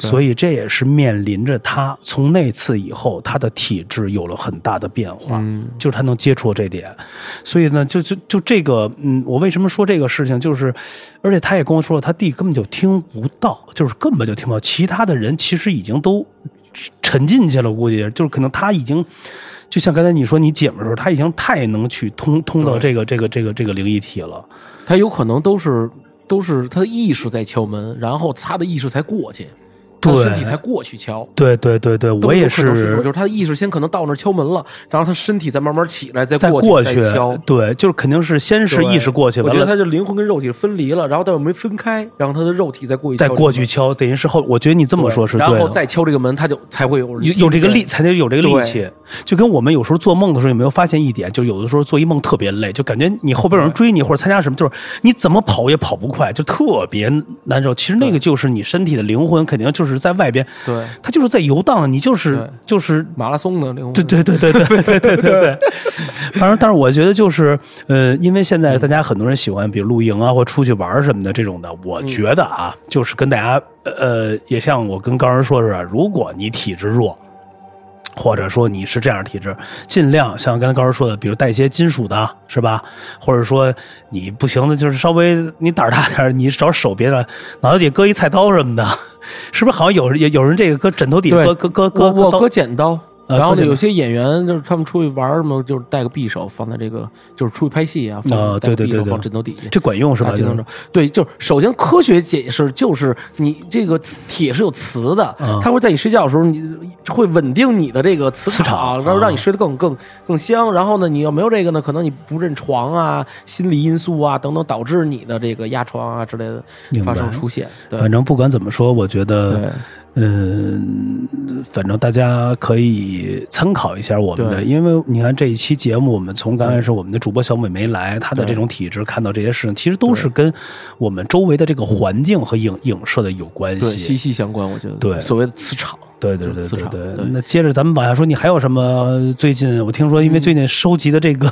Speaker 1: 所以这也是面临着他从那次以后，他的体质有了很大的变化，
Speaker 2: 嗯
Speaker 1: 就是他能接触这点，所以呢，就就就这个，嗯，我为什么说这个事情，就是，而且他也跟我说了，他弟根本就听不到，就是根本就听不到，其他的人其实已经都沉进去了，估计就是可能他已经。就像刚才你说你姐们儿的时候，他已经太能去通通到这个这个这个这个灵异体了。
Speaker 2: 他有可能都是都是他的意识在敲门，然后他的意识才过去，他的
Speaker 1: 对
Speaker 2: 身体才过去敲。
Speaker 1: 对对对对，
Speaker 2: 都
Speaker 1: 我也
Speaker 2: 有可能是这
Speaker 1: 是
Speaker 2: 种，就是他的意识先可能到那儿敲门了，然后他身体再慢慢起来，再
Speaker 1: 再
Speaker 2: 过
Speaker 1: 过
Speaker 2: 去
Speaker 1: 去
Speaker 2: 再敲，。
Speaker 1: 对，就是肯定是先是
Speaker 2: 对
Speaker 1: 意识过去，
Speaker 2: 我
Speaker 1: 完
Speaker 2: 觉得
Speaker 1: 了
Speaker 2: 他就灵魂跟肉体分离了，然后但又没分开，然后他的肉体再过去
Speaker 1: 再
Speaker 2: 敲
Speaker 1: 过
Speaker 2: 这
Speaker 1: 去敲，等于是后，我觉得你这
Speaker 2: 个门，
Speaker 1: 么说是
Speaker 2: 然
Speaker 1: 对
Speaker 2: 后
Speaker 1: 的。
Speaker 2: 再敲这个门，他就才会有
Speaker 1: 有有这个力，才得有这个力
Speaker 2: 对
Speaker 1: 气。就跟我们有时候做梦的时候，有没有发现一点？就有的时候做一梦特别累，就感觉你后边有人追你或者参加什么，就是你怎么跑也跑不快，就特别难受。其实那个就是你身体的灵魂，肯定就是在外边，
Speaker 2: 对
Speaker 1: 它就是在游荡，你就是
Speaker 2: 对
Speaker 1: 就是
Speaker 2: 马拉松的灵魂。
Speaker 1: 对对对对对对对对对。反正，但是我觉得就是，呃，因为现在大家很多人喜欢，比如露营啊，或出去玩儿什么的这种的。我
Speaker 2: 嗯
Speaker 1: 觉得啊，就是跟大家，呃，也像我跟高人说似的，如果你体质弱。或者说你是这样的体质，尽量像刚才高人说的，比如带一些金属的，是吧？或者说你不行的，就是稍微你胆儿大点儿，你找手别的，脑袋底搁一 [laughs] 菜刀什么的，是不是？好像有人有有人这个搁枕头底
Speaker 2: 对
Speaker 1: 搁搁搁搁
Speaker 2: 我我
Speaker 1: 刀
Speaker 2: 搁剪刀，
Speaker 1: 呃
Speaker 2: 然后
Speaker 1: 不
Speaker 2: 呢，
Speaker 1: 仅
Speaker 2: 有些演员就是他们出去玩儿什么，就是带个匕首放在这个，就是出去拍戏啊，放
Speaker 1: 啊
Speaker 2: 带个
Speaker 1: 对对
Speaker 2: 匕首
Speaker 1: 对对
Speaker 2: 放枕头底下，
Speaker 1: 这管用是吧？
Speaker 2: 大
Speaker 1: 就
Speaker 2: 金刚
Speaker 1: 是
Speaker 2: 咒对，就是首先科学解释就是你这个铁是有磁的，
Speaker 1: 嗯
Speaker 2: 它会在你睡觉的时候，你会稳定你的这个磁
Speaker 1: 磁场
Speaker 2: 然后让你
Speaker 1: 嗯
Speaker 2: 睡得更更更香。然后呢，你要没有这个呢，可能你不认床啊、心理因素啊等等，导致你的这个压床啊之类的
Speaker 1: 明白
Speaker 2: 发生出现。对
Speaker 1: 反正不管怎么说，我觉
Speaker 2: 对
Speaker 1: 得，嗯，反正大家可以参考一下我们的，
Speaker 2: 对
Speaker 1: 因为你看这一期节目，我们从刚开始我们的主播小美没来，她的这
Speaker 2: 对
Speaker 1: 种体质看到这些事情，其实都是跟我们周围的这个环境和影影射的有关
Speaker 2: 对息
Speaker 1: 系。
Speaker 2: 息相关，我觉得
Speaker 1: 对
Speaker 2: 所谓的磁场，
Speaker 1: 对对对
Speaker 2: 磁
Speaker 1: 对
Speaker 2: 场
Speaker 1: 对
Speaker 2: 对
Speaker 1: 那接着咱们往下说，你还有什么？最近我听说，因为最近收集的这个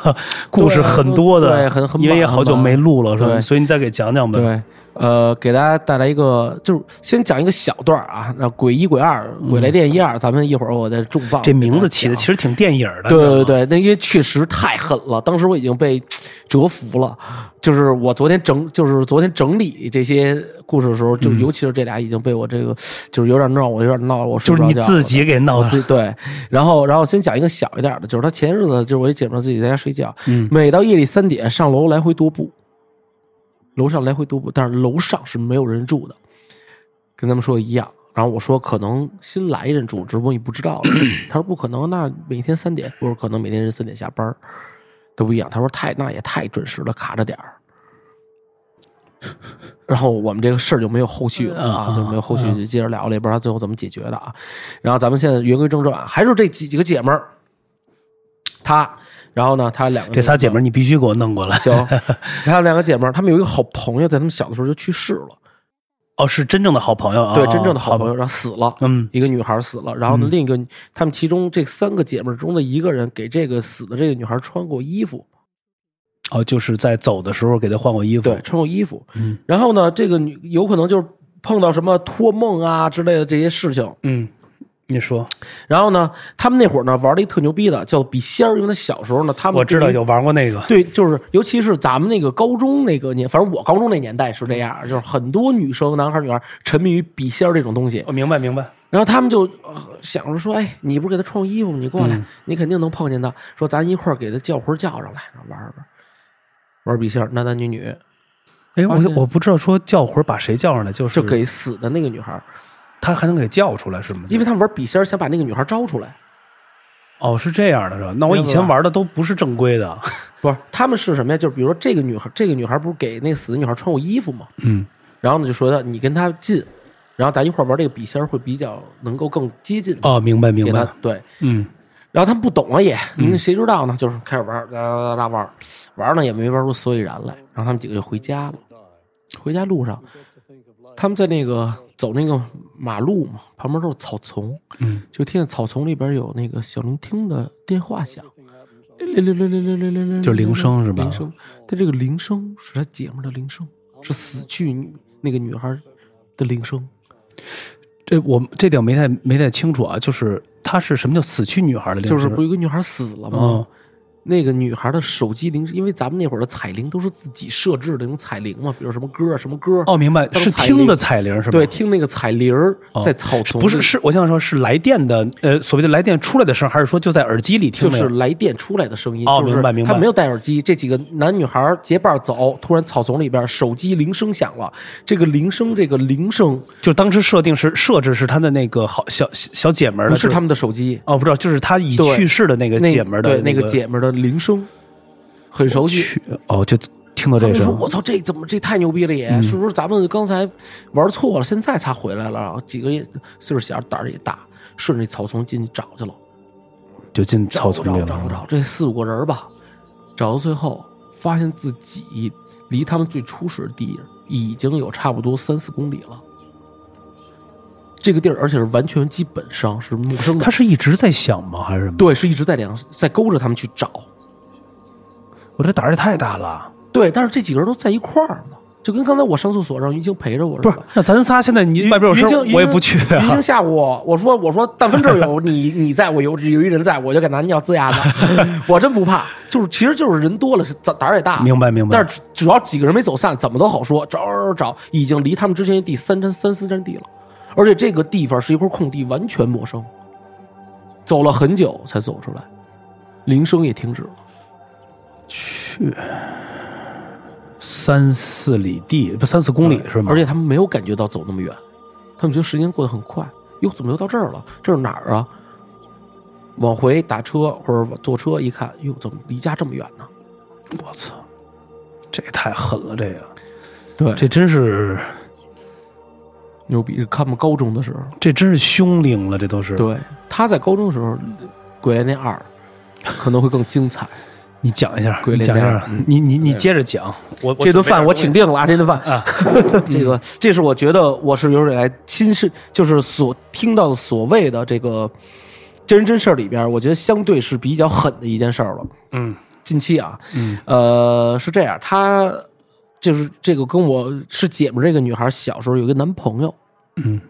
Speaker 1: 故事
Speaker 2: 对
Speaker 1: 很多的，
Speaker 2: 嗯对很很
Speaker 1: 因为也
Speaker 2: 忙
Speaker 1: 好久
Speaker 2: 很忙
Speaker 1: 没录了，是吧？
Speaker 2: 对
Speaker 1: 所以你再给讲讲呗。
Speaker 2: 对，呃，给大家带来一个，就是先讲一个小段儿啊，然后鬼一、鬼二、鬼来电一二，咱们一会儿我再重磅
Speaker 1: 嗯这
Speaker 2: 给大家
Speaker 1: 名字起的
Speaker 2: 讲
Speaker 1: 其实挺电影的，
Speaker 2: 对
Speaker 1: 你知道
Speaker 2: 对
Speaker 1: 吗，
Speaker 2: 对，那因为确实太狠了，当时我已经被折服了。就是我昨天整，就是昨天整理这些故事的时候，就尤其是这俩已经被我这个，就是有点闹，我有点闹，我睡
Speaker 1: 就
Speaker 2: 不
Speaker 1: 是你
Speaker 2: 着觉了。
Speaker 1: 自己给闹
Speaker 2: 我
Speaker 1: 的
Speaker 2: 自己对，然后然后先讲一个小一点的，就是他前日子就是我一姐们儿自己在家睡觉，
Speaker 1: 嗯
Speaker 2: 每到夜里三点上楼来回踱步，楼上来回踱步，但是楼上是没有人住的，跟他们说一样。然后我说可能新来一人住，只不过你不知道了。 [clears throat] 他说不可能，那每天三点，我说可能每天人三点下班儿都不一样。他说太那也太准时了，卡着点儿。然后我们这个事儿就没有后续了啊，
Speaker 1: 嗯
Speaker 2: 就没有后续，就接着聊了，也不知道最后怎么解决的啊。然后咱们现在言归正传啊，还是这几几个姐们儿，她，然后呢，她两个
Speaker 1: 这仨姐
Speaker 2: 嗯
Speaker 1: 们儿你必须给我弄过来。
Speaker 2: 行，她两个姐妹儿，她们有一个好朋友，在她们小的时候就去世了，
Speaker 1: 哦，是真正的好朋友啊，
Speaker 2: 对，真正的好
Speaker 1: 好
Speaker 2: 朋友，然后死了。
Speaker 1: 嗯，
Speaker 2: 一个女孩死了，然后呢，另一个，她们其中这三个姐妹儿中的一个人给这个死的这个女孩穿过衣服，
Speaker 1: 哦，就是在走的时候给他换过衣服，
Speaker 2: 对，，穿过衣服。
Speaker 1: 嗯
Speaker 2: 然后呢，这个女有可能就是碰到什么托梦啊之类的这些事情，
Speaker 1: 嗯，你说，
Speaker 2: 然后呢，他们那会儿呢玩了一特牛逼的，叫笔仙儿。因为他小时候呢，他们
Speaker 1: 我知道
Speaker 2: 对于
Speaker 1: 有玩过那个，
Speaker 2: 对，就是尤其是咱们那个高中那个年，反正我高中那年代是这样，就是很多女生、男孩、女孩沉迷于笔仙儿这种东西。
Speaker 1: 我明白明白，
Speaker 2: 然后他们就、呃想着说：“哎，你不是给他穿过衣服吗？你过来，你肯定能碰见他。说咱一块儿给他叫魂儿叫上来，然后玩儿玩儿玩儿笔仙儿，男男女女，
Speaker 1: 哎，我
Speaker 2: 发现
Speaker 1: 我不知道说叫魂儿把谁叫上来，就是
Speaker 2: 就给死的那个女孩儿，
Speaker 1: 他还能给叫出来是吗？
Speaker 2: 因为他们玩笔仙儿想把那个女孩儿招出来。
Speaker 1: 哦是这样的是吧？那我以
Speaker 2: 明白
Speaker 1: 前
Speaker 2: 吧
Speaker 1: 玩的都不是正规的， [laughs]
Speaker 2: 不是，他们是什么呀？就是比如说这个女孩，这个女孩不是给那个死的女孩穿过衣服吗？
Speaker 1: 嗯，
Speaker 2: 然后呢就说的你跟她近，然后咱一块儿玩这个笔仙儿会比较能够更接近。
Speaker 1: 哦，明白明
Speaker 2: 给她
Speaker 1: 白，
Speaker 2: 对，
Speaker 1: 嗯，
Speaker 2: 然后他们不懂啊也，嗯、谁知道呢？就是开始玩儿，哒哒哒哒玩儿，玩儿呢也没玩出所以然来。然后他们几个就回家了。回家路上，他们在那个走那个马路嘛，旁边都是草丛，
Speaker 1: 嗯，
Speaker 2: 就听见草丛里边有那个小灵听的电话响，铃铃铃铃铃铃铃铃，
Speaker 1: 就是铃声是吧
Speaker 2: 铃声，但这个铃声是他姐们儿的铃声，是死去女那个女孩的铃声。
Speaker 1: 这我这点没太没太清楚啊，就是他是什么叫死去女孩的，
Speaker 2: 就是不是有个女孩死了吗？
Speaker 1: 嗯
Speaker 2: 那个女孩的手机铃，因为咱们那会儿的彩铃都是自己设置的那种彩铃嘛，比如什么歌啊什么歌
Speaker 1: 哦，明白
Speaker 2: 当
Speaker 1: 是
Speaker 2: 彩
Speaker 1: 听
Speaker 2: 铃
Speaker 1: 的彩铃是吧？哦
Speaker 2: 对，听那个彩铃儿在草丛里、
Speaker 1: 不是，是我想说，是来电的，呃，所谓的来电出来的声儿，还是说就在耳机里听
Speaker 2: 就
Speaker 1: 的？
Speaker 2: 是来电出来的声音。
Speaker 1: 哦
Speaker 2: 就是
Speaker 1: 明白明白
Speaker 2: 他没有戴耳机，这几个男女孩儿结伴走，突然草丛里边手机铃声响了，这个铃声这个铃声
Speaker 1: 就当时设定是设置是他的那个好小小小姐们儿的，
Speaker 2: 不是
Speaker 1: 就是
Speaker 2: 他们的手机，
Speaker 1: 哦，不知道，就是他已
Speaker 2: 对
Speaker 1: 去世的那个
Speaker 2: 那
Speaker 1: 姐们儿的
Speaker 2: 对那
Speaker 1: 个
Speaker 2: 个姐们儿的铃声很熟悉。
Speaker 1: 去哦，就听到这
Speaker 2: 他们
Speaker 1: 声
Speaker 2: 说：“
Speaker 1: 儿，
Speaker 2: 我操，这怎么这太牛逼了也？
Speaker 1: 嗯
Speaker 2: 是不是咱们刚才玩错了，现在才回来了？然后几个也岁数小，胆儿也大，顺着那草丛进去找去了，
Speaker 1: 就进草
Speaker 2: 找
Speaker 1: 丛里了。啊
Speaker 2: 找找找这四五个人吧，找到最后发现自己离他们最初始的地已经有差不多三四公里了。这个地儿，而且是完全基本上是陌生的
Speaker 1: 他，是一直在响吗？还是什么？
Speaker 2: 对，是一直在两在勾着他们去找，
Speaker 1: 我这胆儿也太大了。
Speaker 2: 对，但是这几个人都在一块儿呢。”就跟刚才我上厕所让云清陪着我似
Speaker 1: 不
Speaker 2: 的，
Speaker 1: 是，那咱仨现在你外边有
Speaker 2: 云
Speaker 1: 声
Speaker 2: 清
Speaker 1: 儿，我也不去
Speaker 2: 云
Speaker 1: 啊
Speaker 2: 清。吓唬我，我说我说，但凡这儿有 [laughs] 你你在我有有一人在，我就敢拿尿呲牙的， [laughs] 我真不怕。就是其实就是人多了，是胆胆儿也大，
Speaker 1: 明白明白
Speaker 2: 但是只要几个人没走散，怎么都好说。找找找，已经离他们之前的地三站三四站地了，而且这个地方是一块空地，完全陌生。走了很久才走出来，铃声也停止了。
Speaker 1: 去三四里地，不三四公里是吗？
Speaker 2: 嗯而且他们没有感觉到走那么远，他们觉得时间过得很快。哟，怎么又到这儿了？这是哪儿啊？往回打车或者坐车一看，哟，怎么离家这么远呢？
Speaker 1: 我操，这也太狠了，这个
Speaker 2: 对这
Speaker 1: 这真是
Speaker 2: 牛逼！看们高中的时候，
Speaker 1: 这真是凶灵了，这都是。，
Speaker 2: 对，他在高中的时候，《鬼来那二》可能会更精彩。
Speaker 1: 你讲一下，
Speaker 2: 鬼
Speaker 1: 你
Speaker 2: 脸
Speaker 1: 讲一
Speaker 2: 面
Speaker 1: 下，你你你接着讲。嗯我
Speaker 2: 这顿饭我请定了啊，这顿饭，
Speaker 1: 啊
Speaker 2: [laughs] 这个这是我觉得我是有史以来亲身就是所听到的所谓的这个真人真事儿里边儿，我觉得相对是比较狠的一件事儿了。
Speaker 1: 嗯
Speaker 2: 近期啊，
Speaker 1: 嗯
Speaker 2: 呃，是这样，她就是这个跟我是姐们儿这个女孩，小时候有一个男朋友，
Speaker 1: 嗯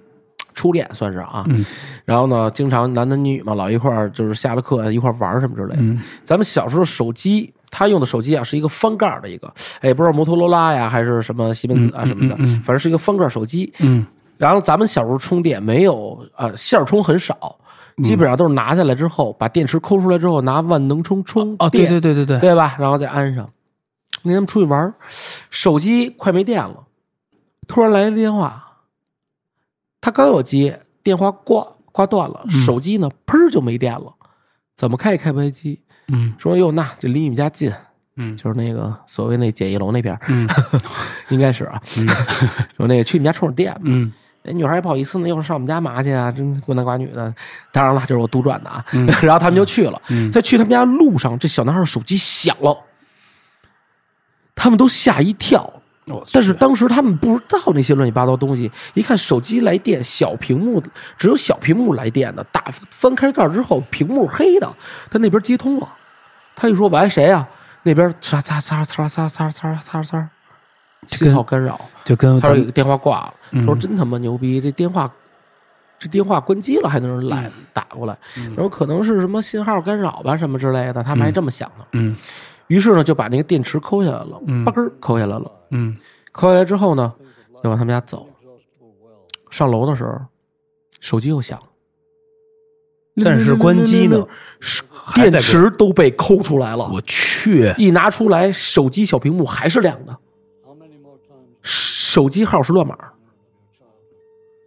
Speaker 2: 初恋算是啊，
Speaker 1: 嗯
Speaker 2: 然后呢，经常男男女女嘛，老一块儿就是下了课一块儿玩儿什么之类的。
Speaker 1: 嗯
Speaker 2: 咱们小时候手机，他用的手机啊是一个翻盖儿的一个，哎，不知道摩托罗拉呀还是什么西门子啊什么的，反正是一个翻盖儿手机。
Speaker 1: 嗯
Speaker 2: 然后咱们小时候充电没有啊、呃线儿充很少，
Speaker 1: 嗯
Speaker 2: 基本上都是拿下来之后把电池抠出来之后拿万能充充
Speaker 1: 哦，对
Speaker 2: 电
Speaker 1: 对对对对，
Speaker 2: 对吧？然后再安上。那天出去玩儿，手机快没电了，突然来了电话，他刚要接，电话挂挂断
Speaker 1: 嗯
Speaker 2: 了，手机呢砰儿就没电了，怎么开也开不开机。
Speaker 1: 嗯
Speaker 2: 说哟，那这离你们家近，
Speaker 1: 嗯
Speaker 2: 就是那个所谓那简易楼那边儿，
Speaker 1: 嗯
Speaker 2: 应该是啊。 [laughs] 说那个去你们家充会儿电吧。
Speaker 1: 嗯
Speaker 2: 那女孩也不好意思呢，一会儿上我们家嘛去啊，真孤男寡女的。当然了，这是我杜撰的啊。 [laughs] 然后他们就去了，在去他们家路上，这小男孩手机响了，他们都吓一跳。
Speaker 1: [laughs] 我去
Speaker 2: 但是当时他们不知道那些乱七八糟东西，一看手机来电，小屏幕只有小屏幕来电的，打翻开盖之后，屏幕黑的，他那边接通了，他一说喂谁呀、那边嚓嚓嚓嚓嚓嚓嚓嚓嚓，信号干扰，
Speaker 1: 就跟
Speaker 2: 他
Speaker 1: 咱
Speaker 2: 说有
Speaker 1: 们
Speaker 2: 个电话挂了，说真他妈牛逼，这电话这电话关机了还能来打过来，然后可能是什么信号干扰吧什么之类的，他们还这么想呢。
Speaker 1: 嗯
Speaker 2: 于是呢就把那个电池抠下来了，叭根儿抠下来了，
Speaker 1: 嗯
Speaker 2: 抠下来之后呢，就往他们家走。上楼的时候，手机又响了，
Speaker 1: 但是关机呢，
Speaker 2: 是
Speaker 1: 还在
Speaker 2: 电池都被抠出来了。
Speaker 1: 我去，
Speaker 2: 一拿出来，手机小屏幕还是亮的，手机号是乱码，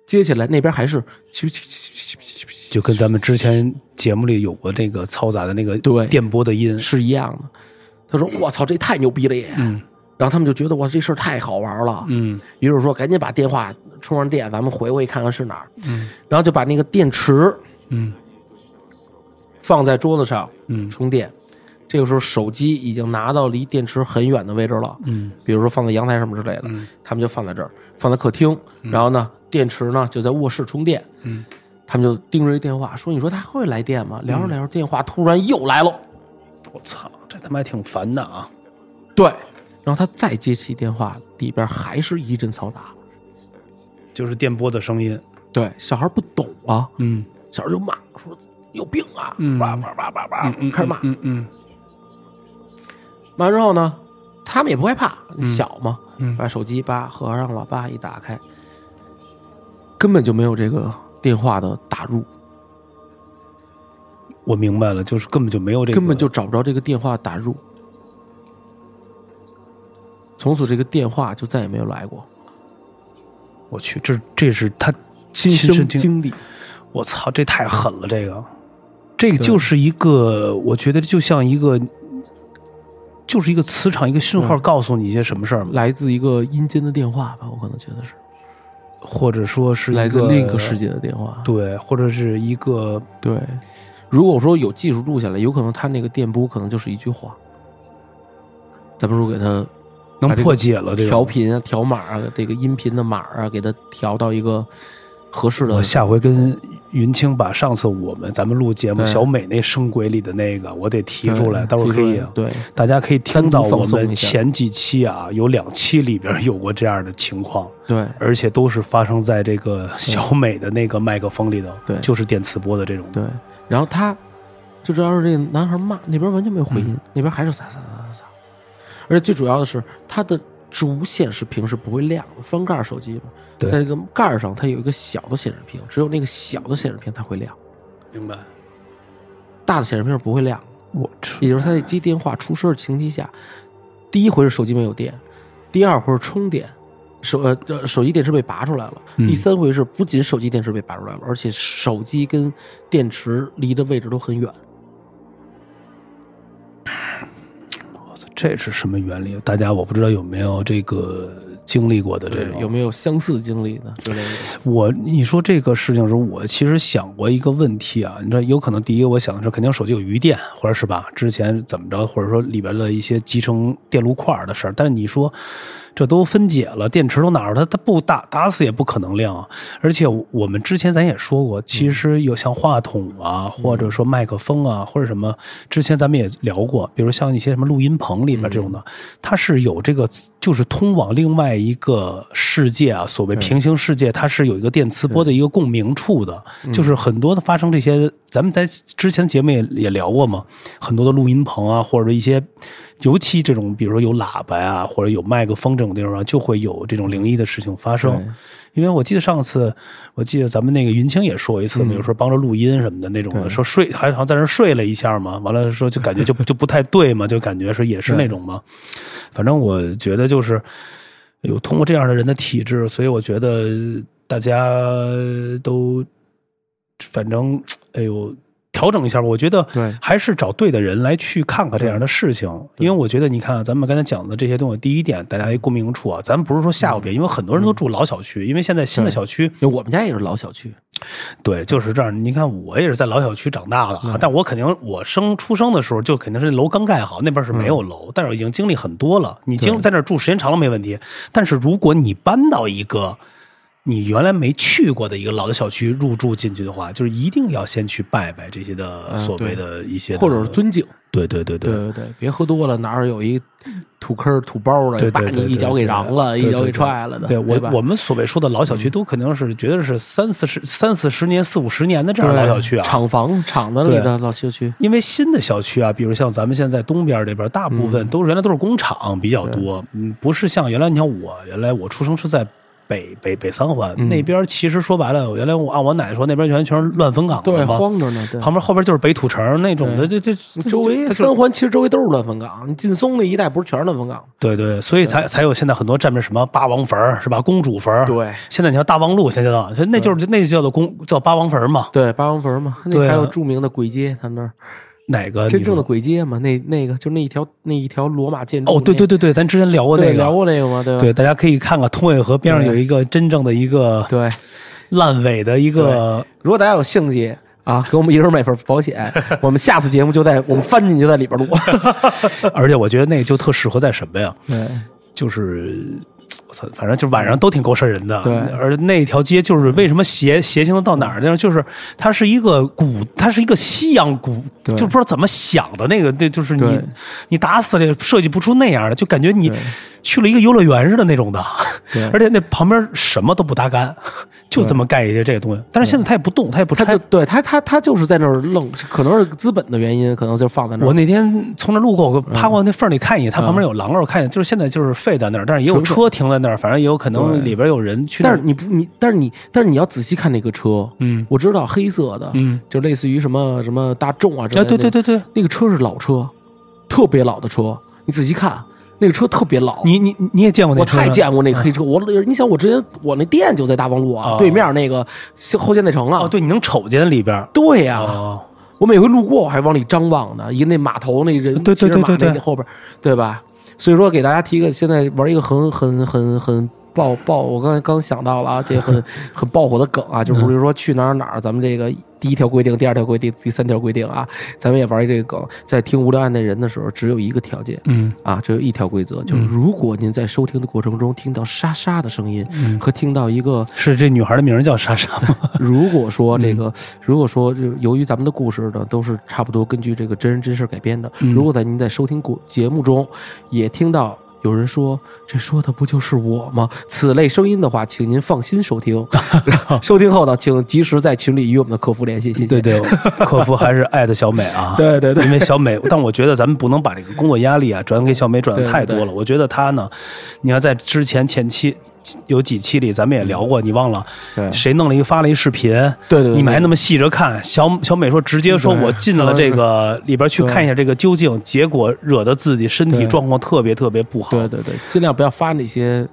Speaker 2: 接起来那边还是咻咻咻咻咻咻
Speaker 1: 就跟咱们之前节目里有过那个嘈杂的那个
Speaker 2: 对
Speaker 1: 电波的音
Speaker 2: 咻，是一样的。他说：“我操，这太牛逼了也！”
Speaker 1: 嗯
Speaker 2: 然后他们就觉得哇，这事儿太好玩了。
Speaker 1: 嗯
Speaker 2: 于是说：“赶紧把电话充上电，咱们回过去看看是哪儿。”
Speaker 1: 嗯
Speaker 2: 然后就把那个电池
Speaker 1: 嗯
Speaker 2: 放在桌子上
Speaker 1: 嗯
Speaker 2: 充电。这个时候，手机已经拿到离电池很远的位置了。
Speaker 1: 嗯
Speaker 2: 比如说放在阳台什么之类的，
Speaker 1: 嗯
Speaker 2: 他们就放在这儿，放在客厅，然后呢，电池呢就在卧室充电，
Speaker 1: 嗯，
Speaker 2: 他们就盯着这电话，说：“你说他会来电吗？”聊
Speaker 1: 嗯
Speaker 2: 着聊着，电话突然又来了，
Speaker 1: 我操，这他妈还挺烦的啊！
Speaker 2: 对，然后他再接起电话，里边还是一阵嘈杂，
Speaker 1: 就是电波的声音，
Speaker 2: 对，小孩不懂啊，
Speaker 1: 嗯
Speaker 2: 小孩就骂说：“有病啊！”
Speaker 1: 嗯
Speaker 2: 叭叭叭叭叭，开始骂，
Speaker 1: 嗯嗯
Speaker 2: 骂完之后呢，他们也不害怕，小嘛，
Speaker 1: 嗯
Speaker 2: 把手机叭合上了，叭一打开，根本就没有这个电话的打入。
Speaker 1: 我明白了，就是根本就没有这个，
Speaker 2: 根本就找不着这个电话打入。从此这个电话就再也没有来过。
Speaker 1: 我去，这这是他亲
Speaker 2: 身
Speaker 1: 经
Speaker 2: 经历，
Speaker 1: 我操，这太狠了！这个，这个就是一个，我觉得就像一个，就是一个磁场，一个讯号，告诉你一些什么事儿嘛，
Speaker 2: 嗯来自一个阴间的电话吧，我可能觉得是
Speaker 1: 或者说是一
Speaker 2: 来自另一个世
Speaker 1: 界，
Speaker 2: 界的电话。
Speaker 1: 对，或者是一个，
Speaker 2: 对，如果说有技术录下来，有可能他那个电波可能就是一句话。咱们如果给他
Speaker 1: 能
Speaker 2: 把这个
Speaker 1: 破解了这个
Speaker 2: 调频啊、调码啊、这个音频的码啊，给他调到一个合适的
Speaker 1: 我。下回跟云清把上次我们咱们录节目
Speaker 2: 对
Speaker 1: 小美那声轨里的那个，我得提出来，
Speaker 2: 对
Speaker 1: 到时候可
Speaker 2: 提
Speaker 1: 以啊
Speaker 2: 出来，对，
Speaker 1: 大家可以听到
Speaker 2: 单独放
Speaker 1: 我
Speaker 2: 送一下
Speaker 1: 们前几期啊，有两期里边有过这样的情况，
Speaker 2: 对，
Speaker 1: 而且都是发生在这个小美的那个麦克风里头，
Speaker 2: 对
Speaker 1: 就是电磁波的这种，
Speaker 2: 对，然后他就知道是这个男孩骂，那边完全没有回音，那边还是撒撒撒撒撒。而且最主要的是，它的主显示屏是不会亮的，翻盖儿手机嘛，
Speaker 1: 对
Speaker 2: 在这个盖儿上它有一个小的显示屏，只有那个小的显示屏才会亮。
Speaker 1: 明白？
Speaker 2: 大的显示屏是不会亮的，
Speaker 1: 我去，
Speaker 2: 也就是它在接电话出事儿的情况下，第一回是手机没有电，第二回是充电，手呃呃手机电池被拔出来了，第三回是不仅手机电池被拔出来了，而且手机跟电池离的位置都很远。
Speaker 1: 这是什么原理？大家我不知道有没有这个经历过的这种
Speaker 2: 有没有相似经历呢之类的？
Speaker 1: 我你说这个事情的时候，我其实想过一个问题啊，你知道，有可能第一个我想的是，肯定手机有余电，或者是吧，之前怎么着，或者说里边的一些集成电路块的事儿。但是你说这都分解了，电池都拿出来，它它不打打死也不可能亮啊。而且我们之前咱也说过，其实有像话筒啊，或者说麦克风啊，或者什么，之前咱们也聊过，比如像一些什么录音棚里边这种的，它是有这个就是通往另外一个世界啊，所谓平行世界，它是有一个电磁波的一个共鸣处的，就是很多的发生这些，咱们在之前节目也也聊过嘛，很多的录音棚啊，或者一些，尤其这种比如说有喇叭呀、或者有麦克风这种地方啊，就会有这种灵异的事情发生。因为我记得上次，我记得咱们那个云清也说过一次，比如说帮着录音什么的那种啊的，说睡还好像在那儿睡了一下嘛，完了说就感觉就就不太对嘛，就感觉是也是那种嘛。反正我觉得就是有通过这样的人的体质，所以我觉得大家都反正哎呦。调整一下吧，我觉得
Speaker 2: 对
Speaker 1: 还是找对的人来去看看这样的事情，因为我觉得你看啊，咱们刚才讲的这些东西，第一点大家一共鸣处啊，咱不是说吓唬别人，因为很多人都住老小区，因为现在新的小区，
Speaker 2: [laughs] 因为我们家也是老小区，
Speaker 1: 对，就是这样。你看我也是在老小区长大的
Speaker 2: 嗯
Speaker 1: 啊，但我肯定我生出生的时候就肯定是楼刚盖好，那边是没
Speaker 2: 嗯
Speaker 1: 有楼，但是我已经经历很多了。你经在那儿住时间长了没问题，但是如果你搬到一个你原来没去过的一个老的小区入住进去的话，就是一定要先去拜拜这些的所谓的一些的
Speaker 2: 嗯或者是尊敬。
Speaker 1: 对对对对
Speaker 2: 对对对，别喝多了，哪儿有一土坑土包
Speaker 1: 对对
Speaker 2: 的，把你
Speaker 1: 对
Speaker 2: 一脚给嚷了，
Speaker 1: 对对
Speaker 2: 一脚
Speaker 1: 对
Speaker 2: 给踹了的，
Speaker 1: 对我
Speaker 2: 吧嗯
Speaker 1: 我们所谓说的老小区，都肯定是绝对是三四十、三四十年、四五十年的这样的老小区啊。
Speaker 2: 厂房厂子里的老小区，
Speaker 1: 因为新的小区啊，比如像咱们现在东边这边，大部
Speaker 2: 嗯
Speaker 1: 分都是原来都是工厂比较多，嗯，不是像原来你像我原来我出生是在北北北三环、
Speaker 2: 嗯
Speaker 1: 那边，其实说白了，原来我按我奶奶说那边全全是乱坟岗
Speaker 2: 对，
Speaker 1: 的嘛，
Speaker 2: 荒着呢，对。
Speaker 1: 旁边后边就是北土城那种的，这这这
Speaker 2: 周围
Speaker 1: 这
Speaker 2: 三环其实周围都是乱坟岗，你劲松那一带不是全是乱坟岗吗？
Speaker 1: 对对，所以才才有现在很多站着什么八王坟儿是吧？公主坟儿
Speaker 2: 对
Speaker 1: 现在你像大望路，现在叫那就是那就叫做公叫八王坟儿嘛，
Speaker 2: 对，八王坟嘛，那
Speaker 1: 对啊
Speaker 2: 还有著名的鬼街，他那儿
Speaker 1: 哪个
Speaker 2: 真
Speaker 1: 你
Speaker 2: 正的
Speaker 1: 说
Speaker 2: 鬼街嘛，那那个就那一条那一条罗马建筑，
Speaker 1: 哦，对对
Speaker 2: 对，
Speaker 1: 对对，咱之前聊过那
Speaker 2: 对
Speaker 1: 个
Speaker 2: 聊过那个嘛，对吧？
Speaker 1: 对，大家可以看看通渭河边上有一个真正的一个
Speaker 2: 对，
Speaker 1: 烂尾的一个，
Speaker 2: 如果大家有兴趣啊， [laughs] 给我们一人买份保
Speaker 1: [laughs]
Speaker 2: 险，我们下次节目就在我们翻进去就在里边录。
Speaker 1: [laughs] 而且我觉得那个就特适合在什么呀？
Speaker 2: 对，
Speaker 1: 就是我操，反正就晚上都挺够瘆人的。
Speaker 2: 对
Speaker 1: 而那条街就是为什么邪邪性到哪儿呢？就是它是一个古，它是一个西洋古，
Speaker 2: 对
Speaker 1: 就不知道怎么想的那个，对，就是你
Speaker 2: 对
Speaker 1: 你打死了也设计不出那样的，就感觉你
Speaker 2: 对
Speaker 1: 去了一个游乐园似的那种的
Speaker 2: 对，
Speaker 1: 而且那旁边什么都不搭干，就这么盖一些这个东西。但是现在它也不动，它也不
Speaker 2: 他
Speaker 1: 拆
Speaker 2: 就。对他他他就是在那儿愣，可能是资本的原因，可能就放在那儿。
Speaker 1: 我那天从那路过，我趴过那缝儿里看一眼，它旁边有廊道，我看一眼，就是现在就是废在那儿，但是也有车停在那儿，反正也有可能里边有人去那
Speaker 2: 但
Speaker 1: 儿。
Speaker 2: 是你不你，但是你但是你要仔细看那个车，
Speaker 1: 嗯
Speaker 2: 我知道黑色的，
Speaker 1: 嗯，
Speaker 2: 就类似于什么什么大众啊之类
Speaker 1: 啊，
Speaker 2: 的，
Speaker 1: 对对，对对，
Speaker 2: 那个车是老车，特别老的车，你仔细看那个车特别老，
Speaker 1: 你你你也见过那
Speaker 2: 我
Speaker 1: 车？嗯
Speaker 2: 太。见过那个黑车，我你想我之前我那店就在大望路啊，
Speaker 1: 哦
Speaker 2: 对面那个后现代城啊，
Speaker 1: 哦，对，你能瞅见里边儿。
Speaker 2: 对呀、
Speaker 1: 哦，
Speaker 2: 我每回路过我还往里张望呢，一那码头那人
Speaker 1: 对对
Speaker 2: 骑着马
Speaker 1: 对对对
Speaker 2: 那后边，对吧？所以说给大家提个，现在玩一个很很很很爆爆，我刚才刚想到了啊，这
Speaker 1: [laughs]
Speaker 2: 很很爆火的梗啊，就比如说去哪儿哪儿，咱们这个第一条规定、第二条规定、第三条规定啊，咱们也玩一这个梗，在听无聊案内人的时候，只有一个条件，
Speaker 1: 嗯，
Speaker 2: 啊，只有一条规则，就是如果您在收听的过程中听到沙沙的声音，和听到一个，
Speaker 1: 嗯是这女孩的名儿叫莎莎吗？ [laughs]
Speaker 2: 如果说
Speaker 1: 嗯
Speaker 2: 这个，如果说就是由于咱们的故事呢都是差不多根据这个真人真事改编的，
Speaker 1: 嗯
Speaker 2: 如果在您在收听过节目中也听到。有人说：“这说的不就是我
Speaker 1: [laughs]
Speaker 2: 吗？”此类声音的话，请您放心收听。收听后呢，请及时在群里与我们的客服联系。谢谢。
Speaker 1: 对
Speaker 2: [laughs]
Speaker 1: 对，客服还是爱的小美啊。
Speaker 2: 对对对
Speaker 1: 因为小美，但我觉得咱们不能把这个工作压力啊转给小美转的太多了。
Speaker 2: 对
Speaker 1: 我觉得她呢，你要在之前前期有几期里咱们也聊过，你忘了
Speaker 2: [laughs] 对
Speaker 1: 谁弄了一个发了一视频，
Speaker 2: 对对，
Speaker 1: 你们还那
Speaker 2: 么
Speaker 1: 么细着看。小小美说直接说
Speaker 2: 对
Speaker 1: 我进了这
Speaker 2: 嗯
Speaker 1: 个里边去
Speaker 2: 对
Speaker 1: 看一下这个究竟，结果惹得自己身体
Speaker 2: 对
Speaker 1: 状况特别特别不好。
Speaker 2: 对对对，尽量不要发那些，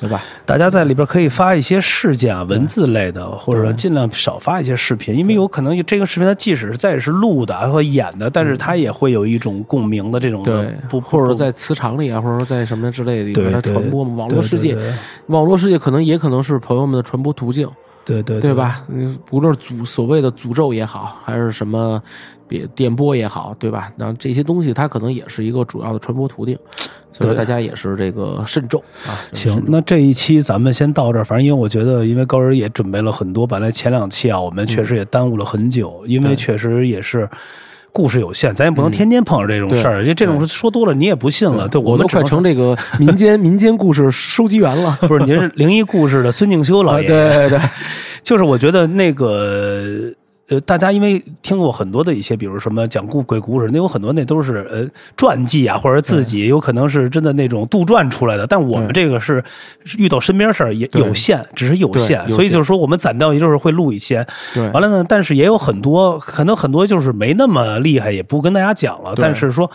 Speaker 2: 对吧？
Speaker 1: 大家在里边可以发一些事件啊、文字类的，或者说尽量少发一些视频，因为有可能这个视频它即使是再是录的啊或演的，但是它也会有一种共鸣的这种的
Speaker 2: 嗯对，
Speaker 1: 不，
Speaker 2: 或者
Speaker 1: 不
Speaker 2: 说在磁场里啊，或者说在什么之类的里
Speaker 1: 对
Speaker 2: 边它
Speaker 1: 对
Speaker 2: 传播嘛，网络世界
Speaker 1: 对，
Speaker 2: 网络世界可能也可能是朋友们的传播途径，
Speaker 1: 对对
Speaker 2: 对？吧？嗯无论是诅所谓的诅咒也好，还是什么别电波也好，对吧？然后这些东西它可能也是一个主要的传播途径，所以说
Speaker 1: 对
Speaker 2: 大家也是这个慎重啊。就是
Speaker 1: 行，那这一期咱们先到这儿。反正因为我觉得，因为高人也准备了很多，本来前两期啊，我
Speaker 2: 嗯
Speaker 1: 们确实也耽误了很久，因为确实也是故事有限，咱也
Speaker 2: 嗯
Speaker 1: 不能天天碰上这种事儿。这、这种说多了你也不信了，呃对，
Speaker 2: 我
Speaker 1: 们
Speaker 2: 都快
Speaker 1: 只能
Speaker 2: 成这个民间民间故事收集员了。
Speaker 1: 不是您是灵异故事的孙敬修老
Speaker 2: 啊，对
Speaker 1: 爷，
Speaker 2: 对对，
Speaker 1: 就是我觉得那个呃，大家因为听过很多的一些，比如什么讲故鬼故事，那有很多那都是呃传记啊，或者自己有可能是真的那种杜撰出来的。但我们这个是是遇到身边事儿也
Speaker 2: 对
Speaker 1: 有限，只是有限，
Speaker 2: 对有
Speaker 1: 所以
Speaker 2: 限
Speaker 1: 就是说我们攒到也就是会录一些。
Speaker 2: 对
Speaker 1: 完了呢，但是也有很多，可能很多就是没那么厉害，也不跟大家讲了。
Speaker 2: 对
Speaker 1: 但是说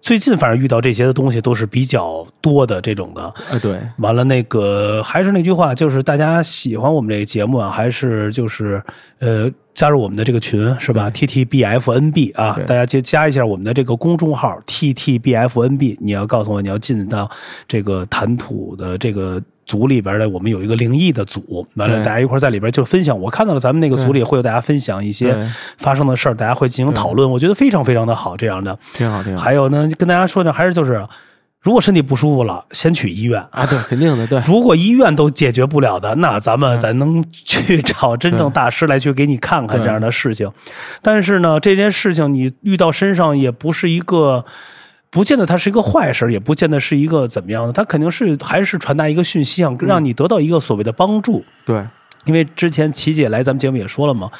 Speaker 1: 最近反正遇到这些的东西都是比较多的这种的。
Speaker 2: 呃对，
Speaker 1: 完了，那个还是那句话，就是大家喜欢我们这个节目啊，还是就是呃加入我们的这个群是吧？T T B F N B 啊
Speaker 2: 对，
Speaker 1: 大家就加一下我们的这个公众号 T T B F N B。你要告诉我你要进到这个谈吐的这个。组里边的，我们有一个灵异的组，完了，
Speaker 2: 对
Speaker 1: 大家一块儿在里边就分享。我看到了咱们那个组里会有大家分享一些
Speaker 2: 对
Speaker 1: 发生的事儿，大家会进行讨论，我觉得非常非常的好。这样的，
Speaker 2: 挺好挺好
Speaker 1: 还有呢，跟大家说呢，还是就是，如果身体不舒服了，先去医院。
Speaker 2: 啊，对，肯定的，对。
Speaker 1: 如果医院都解决不了的，那咱们咱能去找真正大师来去给你看看
Speaker 2: 对
Speaker 1: 这样的事情。但是呢，这件事情你遇到身上也不是一个。不见得它是一个坏事，也不见得是一个怎么样的，它肯定是还是传达一个讯息啊，让你得到一个所谓的帮助。
Speaker 2: 对，
Speaker 1: 因为之前琪姐来咱们节目也说了嘛，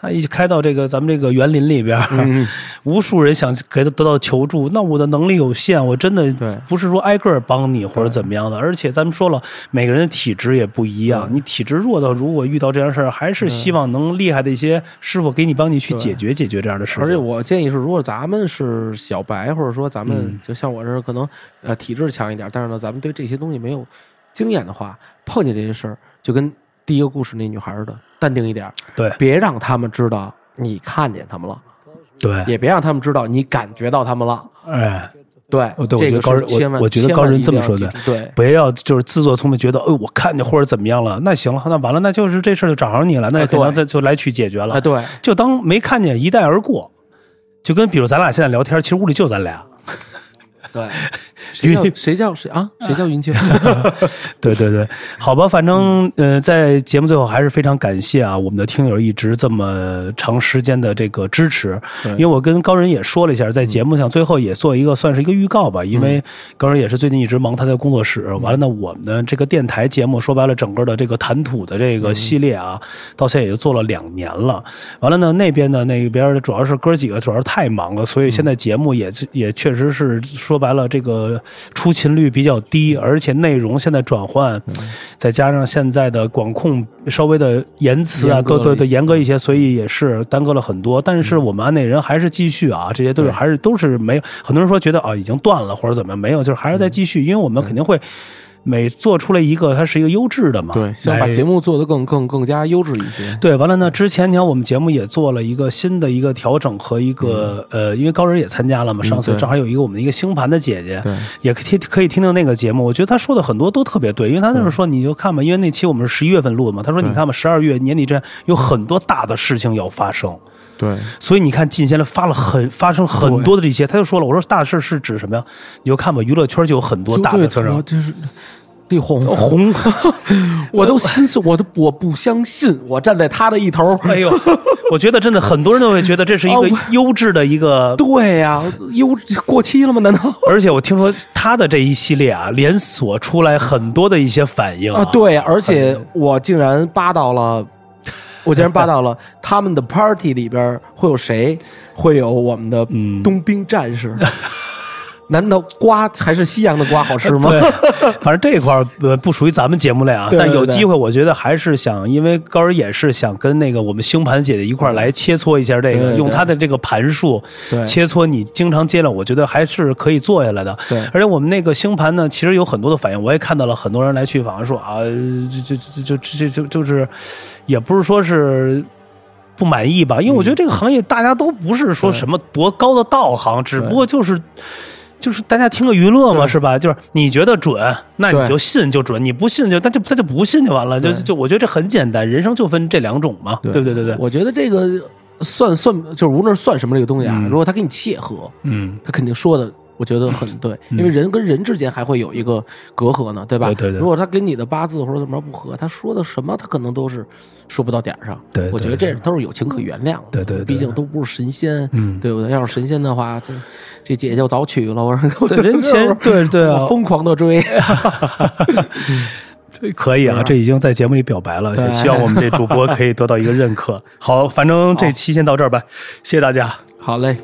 Speaker 1: 她一开到这个咱们这个园林里边儿，
Speaker 2: 嗯，
Speaker 1: 无数人想给他得到求助，那我的能力有限，我真的
Speaker 2: 对
Speaker 1: 不是说挨个儿帮你或者怎么样的。而且咱们说了，每个人的体质也不一样，你体质弱的，如果遇到这样事儿，还是希望能厉害的一些师傅给你帮你去解决解决这样的事情。
Speaker 2: 而且我建议是，如果咱们是小白，或者说咱
Speaker 1: 嗯
Speaker 2: 们就像我这儿可能呃体质强一点，但是呢，咱们对这些东西没有经验的话，碰见这些事儿，就跟第一个故事那女孩儿的，淡定一点儿，
Speaker 1: 对
Speaker 2: 别让他们知道你看见他们了，
Speaker 1: 对，
Speaker 2: 也别让他们知道你感觉到他们了。
Speaker 1: 哎，
Speaker 2: 对
Speaker 1: 哦，对我
Speaker 2: 这
Speaker 1: 觉得
Speaker 2: 个
Speaker 1: 高人
Speaker 2: 是千万，
Speaker 1: 我我觉得
Speaker 2: 千
Speaker 1: 高
Speaker 2: 万
Speaker 1: 人
Speaker 2: 一
Speaker 1: 这么
Speaker 2: 定
Speaker 1: 说
Speaker 2: 要记
Speaker 1: 的
Speaker 2: 住对。
Speaker 1: 不要就是自作聪明，觉得哎我看见或者怎么样了，那行了，那完了，那就是这事儿就找上你了，那
Speaker 2: 哎
Speaker 1: 可能
Speaker 2: 对
Speaker 1: 再就来去解决 [laughs]
Speaker 2: 啊，
Speaker 1: 了， [laughs]
Speaker 2: 对，
Speaker 1: 就当没看见，一带而过。就跟比如咱俩现在聊天，其实屋里就咱俩， [laughs]
Speaker 2: 对，谁叫谁叫谁啊？谁叫云清？ [laughs]
Speaker 1: [laughs] 对对对，好吧，反正呃，在节目最后还是非常感谢啊，我们的听友一直这么长时间的这个支持，
Speaker 2: 对
Speaker 1: 因为我跟高人也说了一下，在节目上最后也做一个算是一个预告吧，因为高人也是最近一直忙他的工作室，完了呢，我们的这个电台节目说白了，整个的这个谈吐的这
Speaker 2: 嗯
Speaker 1: 个系列啊，到现在也就做了两年了，完了呢，那边呢那边主要是哥几个主要是太忙了，所以现在节目也也确实是说白了这个出勤率比较低，而且内容现在转换，
Speaker 2: 嗯
Speaker 1: 再加上现在的管控稍微的言辞啊，
Speaker 2: 严格
Speaker 1: 都对
Speaker 2: 了一
Speaker 1: 对
Speaker 2: 些嗯
Speaker 1: 严格一些，所以也是耽搁了很多。但是我们案内人还是继续啊，这些都是
Speaker 2: 对
Speaker 1: 还是都是没有很多人说觉得啊已经断了或者怎么样，没有，就是还
Speaker 2: 嗯
Speaker 1: 是在继续，因为我们肯定会每做出来一个它是一个优质的嘛，
Speaker 2: 对，想把
Speaker 1: 来
Speaker 2: 节目做得更更更加优质一些。
Speaker 1: 对，完了呢，之前你看我们节目也做了一个新的一个调整和一个、呃，因为高人也参加了嘛，上次
Speaker 2: 嗯对
Speaker 1: 正好有一个我们的一个星盘的姐姐，
Speaker 2: 对
Speaker 1: 也可以听可以听听那个节目，我觉得她说的很多都特别对，因为她那时候说你就看吧，因为那期我们是十一月份录的嘛，她说你看吧，十二月年底这有很多大的事情要发生，
Speaker 2: 对，
Speaker 1: 所以你看，近些来发了很发生很多的这些，他就说了，我说大事是指什么呀？你就看吧，娱乐圈就有很多
Speaker 2: 就
Speaker 1: 大
Speaker 2: 对
Speaker 1: 的事儿啊
Speaker 2: 我，就是力宏，
Speaker 1: 红，
Speaker 2: 哦啊 [laughs] 我都心碎，我都我不相信，我站在他的一头。
Speaker 1: 哎呦，我觉得真的很多人都会觉得这是一个
Speaker 2: 哦我
Speaker 1: 优质的一个
Speaker 2: [laughs] 对呀、优过期了吗？难道？
Speaker 1: 而且我听说他的这一系列啊，连锁出来很多的一些反应
Speaker 2: 啊，对呀、而且我竟然扒到了，我竟然扒 [laughs] 到了他们的 party 里边会有谁？会有我们的
Speaker 1: 嗯
Speaker 2: [laughs] 冬兵战士。难道瓜还是西洋的瓜好吃吗？
Speaker 1: 对，反正这一块儿呃不属于咱们节目类啊，
Speaker 2: 对对
Speaker 1: 但有
Speaker 2: 对
Speaker 1: 机会我觉得还是想，因为高尔也是想跟那个我们星盘姐姐一块儿来切磋一下这
Speaker 2: 嗯对
Speaker 1: 个，
Speaker 2: 对
Speaker 1: 用她的这个盘数
Speaker 2: 对
Speaker 1: 切磋你经常接了，我觉得还是可以做下来的。
Speaker 2: [laughs] 对
Speaker 1: 而且我们那个星盘呢，其实有很多的反应，我也看到了很多人来去访问说啊，这这这这这这就是，也不是说是。不满意吧？因为我觉得这个行业大家都不是说
Speaker 2: 对
Speaker 1: 什么多高的道行，只
Speaker 2: 对
Speaker 1: 不过就是就是大家听个娱乐嘛，是吧？就是你觉得准，那
Speaker 2: 对
Speaker 1: 你就信就准，你不信就那就那就不信就完了。就
Speaker 2: 对
Speaker 1: 就我觉得这很简单，人生就分这两种嘛，对不对？对对，
Speaker 2: 我觉得这个算算就是无论是算什么这个东西啊，
Speaker 1: 嗯
Speaker 2: 如果他给你切合，
Speaker 1: 嗯，
Speaker 2: 他肯定说的，我觉
Speaker 1: [laughs]
Speaker 2: 得很对，因为人跟人之间还会有一个隔阂呢，对吧？
Speaker 1: 对对对
Speaker 2: 如果他跟你的八字或者怎么着不合，他说的什么，他可能都是说不到点儿上。
Speaker 1: 对对
Speaker 2: 我觉得这都是有情可原谅的。
Speaker 1: 对对对
Speaker 2: 毕竟都不是神仙，
Speaker 1: 嗯
Speaker 2: 对不对？要是神仙的话，这这姐就早娶 [laughs] 了。我说，
Speaker 1: 对人前对对啊
Speaker 2: 我疯狂的追， [laughs]
Speaker 1: 可以啊，这已经在节目里表白了，
Speaker 2: 对
Speaker 1: 也希望我们这主播可以得到一个认可。好，反正这期先到这儿吧，谢谢大家。
Speaker 2: 好嘞。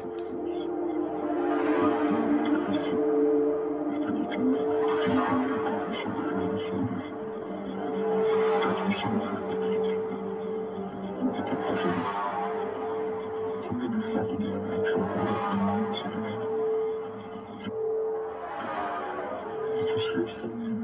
Speaker 3: Thank you.